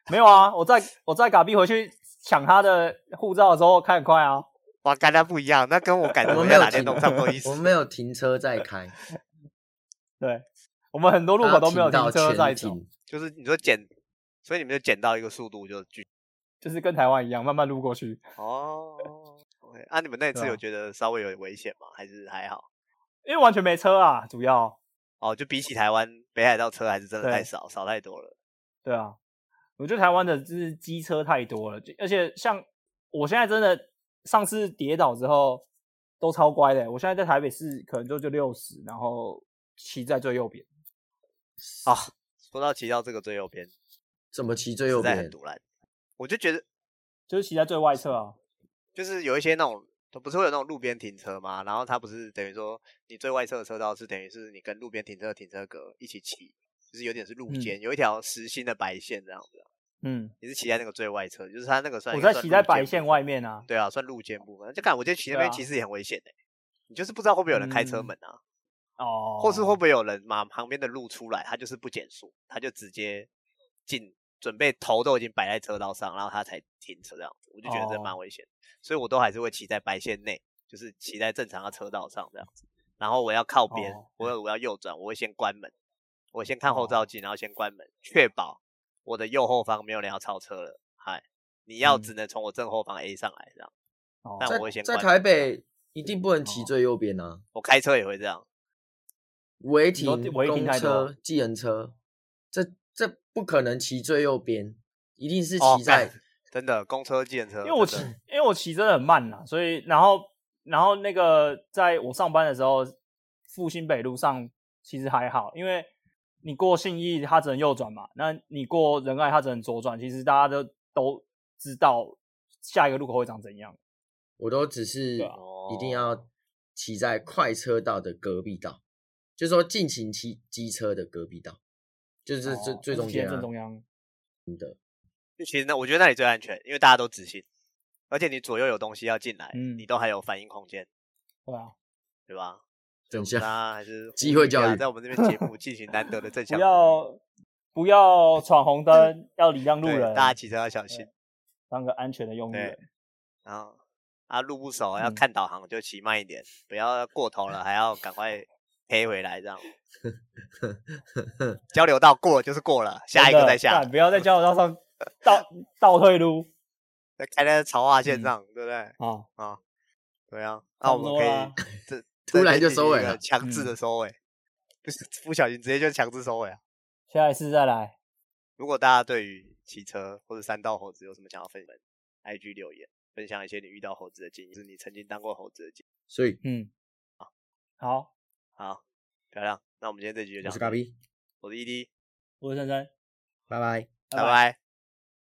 [SPEAKER 2] 没有啊，我在我在嘎逼回去抢他的护照的时候开很快啊。
[SPEAKER 1] 哇，跟他不一哎样，那跟我感觉
[SPEAKER 3] 我
[SPEAKER 1] 我们
[SPEAKER 3] 们没
[SPEAKER 1] 在
[SPEAKER 3] 有
[SPEAKER 1] 打电
[SPEAKER 3] 停
[SPEAKER 1] 动差不多意思
[SPEAKER 3] 我。们没有停车再开，
[SPEAKER 2] 对，我们很多 路口都没有停车在
[SPEAKER 3] 大家停到
[SPEAKER 2] 走
[SPEAKER 3] 全，停，
[SPEAKER 1] 就是你说减，所以你们就减到一个速度就拒
[SPEAKER 2] 就是跟台湾一样慢慢路过去。
[SPEAKER 1] 哦。OK，啊，你们那
[SPEAKER 2] 对
[SPEAKER 1] 次有
[SPEAKER 2] 啊
[SPEAKER 1] 觉得稍微有危险吗？还是还好？
[SPEAKER 2] 因为完全没车啊，主要
[SPEAKER 1] 哦，就比起台湾北海道车还是真的
[SPEAKER 2] 对
[SPEAKER 1] 太少，少太多了。
[SPEAKER 2] 对啊，我觉得台湾的就是机车太多了，就而且像我现在真的上次跌倒之后都超乖的，我现在在台北市可能就就六十，然后骑在最右边。
[SPEAKER 1] 啊，说到骑到这个最右边，
[SPEAKER 3] 怎么骑最
[SPEAKER 1] 实
[SPEAKER 3] 右
[SPEAKER 1] 在很
[SPEAKER 3] 边？
[SPEAKER 1] 堵烂。我就觉得，
[SPEAKER 2] 就是骑在最外侧啊，
[SPEAKER 1] 就是有一些那种，不是会有那种路边停车吗？然后它不是等于说，你最外侧的车道是等于是你跟路边停车的停车格一起骑，就是有点是路
[SPEAKER 2] 嗯
[SPEAKER 1] 肩，有一条实心的白线这样子啊。
[SPEAKER 2] 嗯，
[SPEAKER 1] 你是骑在那个最外侧，就是它那个算
[SPEAKER 2] 我
[SPEAKER 1] 应该
[SPEAKER 2] 在
[SPEAKER 1] 算
[SPEAKER 2] 骑在
[SPEAKER 1] 路肩
[SPEAKER 2] 白线
[SPEAKER 1] 部
[SPEAKER 2] 外
[SPEAKER 1] 分。
[SPEAKER 2] 面啊，
[SPEAKER 1] 对啊，算路肩部分。就看我觉得骑那
[SPEAKER 2] 对
[SPEAKER 1] 边
[SPEAKER 2] 啊嗯
[SPEAKER 1] 其实也很危险的、你就是不知道会不会有人开车门啊，
[SPEAKER 2] 哦，
[SPEAKER 1] 或是会不会有人把旁边的路出来，他就是不减速，他就直接进，准备头都已经摆在车道上，然后他才停车这样子，我就觉
[SPEAKER 2] 哦
[SPEAKER 1] 得这蛮危险的，所以我都还是会骑在白线内，就是骑在正常的车道上这样子。然后我要靠边，
[SPEAKER 4] 哦
[SPEAKER 2] 嗯
[SPEAKER 1] 我我要右转，我会先关门，我先看后
[SPEAKER 2] 哦
[SPEAKER 1] 照镜，然后先关门，确保我的右后方没有人要超车了。嗨，你要
[SPEAKER 4] 嗯
[SPEAKER 1] 只能从我正后方 A 上来这样，
[SPEAKER 4] 哦
[SPEAKER 1] 但我会
[SPEAKER 3] 在
[SPEAKER 1] 先
[SPEAKER 3] 在
[SPEAKER 1] 关
[SPEAKER 3] 台北一定不能骑
[SPEAKER 4] 哦
[SPEAKER 3] 最右边啊，
[SPEAKER 1] 我开车也会这样。
[SPEAKER 3] 违
[SPEAKER 2] 你说
[SPEAKER 3] 停、
[SPEAKER 2] 违停
[SPEAKER 3] 公
[SPEAKER 2] 太多
[SPEAKER 3] 车、计程车，这这不可能骑最右边，一定是
[SPEAKER 1] 哦
[SPEAKER 3] 骑
[SPEAKER 2] 哎
[SPEAKER 3] 在、
[SPEAKER 1] 干真的，公车、计程车，
[SPEAKER 2] 因为我骑
[SPEAKER 1] 真的，
[SPEAKER 2] 因为我骑真的很慢啦，所以然后然后那个在我上班的时候，复兴北路上其实还好，因为你过信义它只能右转嘛，那你过仁爱它只能左转，其实大家都都知道下一个路口会长怎样。
[SPEAKER 3] 我都只是
[SPEAKER 2] 对啊
[SPEAKER 3] 一定要骑在快车道的隔壁道，就是说进行骑机车的隔壁道，就是这最、
[SPEAKER 2] 哦就
[SPEAKER 3] 最
[SPEAKER 2] 是
[SPEAKER 3] 中
[SPEAKER 2] 骑在
[SPEAKER 3] 间啊嗯
[SPEAKER 2] 正。中央。
[SPEAKER 1] 就其实那我觉得那里最安全，因为大家都直行，而且你左右有东西要进来，
[SPEAKER 2] 嗯
[SPEAKER 1] 你都还有反应空间，
[SPEAKER 2] 对啊，
[SPEAKER 1] 对吧？
[SPEAKER 3] 等一
[SPEAKER 1] 大
[SPEAKER 3] 下，
[SPEAKER 1] 家还是
[SPEAKER 3] 机
[SPEAKER 1] 呼吁
[SPEAKER 3] 会
[SPEAKER 1] 一
[SPEAKER 3] 教
[SPEAKER 1] 下
[SPEAKER 3] 育
[SPEAKER 1] 在我们这边节目进行难得的正
[SPEAKER 2] 不
[SPEAKER 1] 向鼓
[SPEAKER 2] 要不要闯红灯，要礼让
[SPEAKER 1] 励
[SPEAKER 2] 路
[SPEAKER 1] 对
[SPEAKER 2] 人，
[SPEAKER 1] 大家骑车要小心。
[SPEAKER 2] 当个安全的用路人。
[SPEAKER 1] 然后啊，路不熟要
[SPEAKER 2] 嗯
[SPEAKER 1] 看导航就骑慢一点，不要过头了还要赶快黑回来，这样交流道过了就是过了，下一个
[SPEAKER 2] 真的
[SPEAKER 1] 再下
[SPEAKER 2] 干，不要在交流道上倒倒退路
[SPEAKER 1] 再开在潮化线
[SPEAKER 2] 嗯
[SPEAKER 1] 上，对不对？
[SPEAKER 2] 啊！
[SPEAKER 1] 对啊，那
[SPEAKER 4] 差
[SPEAKER 1] 我
[SPEAKER 4] 不
[SPEAKER 1] 们
[SPEAKER 4] 多
[SPEAKER 1] 可
[SPEAKER 4] 啦
[SPEAKER 1] 以这
[SPEAKER 3] 突然就收尾，
[SPEAKER 1] 这边进行一个
[SPEAKER 3] 了
[SPEAKER 1] 强制的收尾， 不是不小心直接就强制收尾啊。
[SPEAKER 2] 下一次再来。
[SPEAKER 1] 如果大家对于骑车或者三道猴子有什么想要分享，IG 留言分享一些你遇到猴子的经验，就是你曾经当过猴子的经验。
[SPEAKER 3] 所以
[SPEAKER 2] 嗯，好，
[SPEAKER 1] 好，漂亮。那我们今天这集就这
[SPEAKER 3] 我
[SPEAKER 1] 样子。
[SPEAKER 3] 是咖啡，
[SPEAKER 1] 我是 ED，
[SPEAKER 4] 我是珊珊，
[SPEAKER 3] 拜拜。
[SPEAKER 1] 拜拜。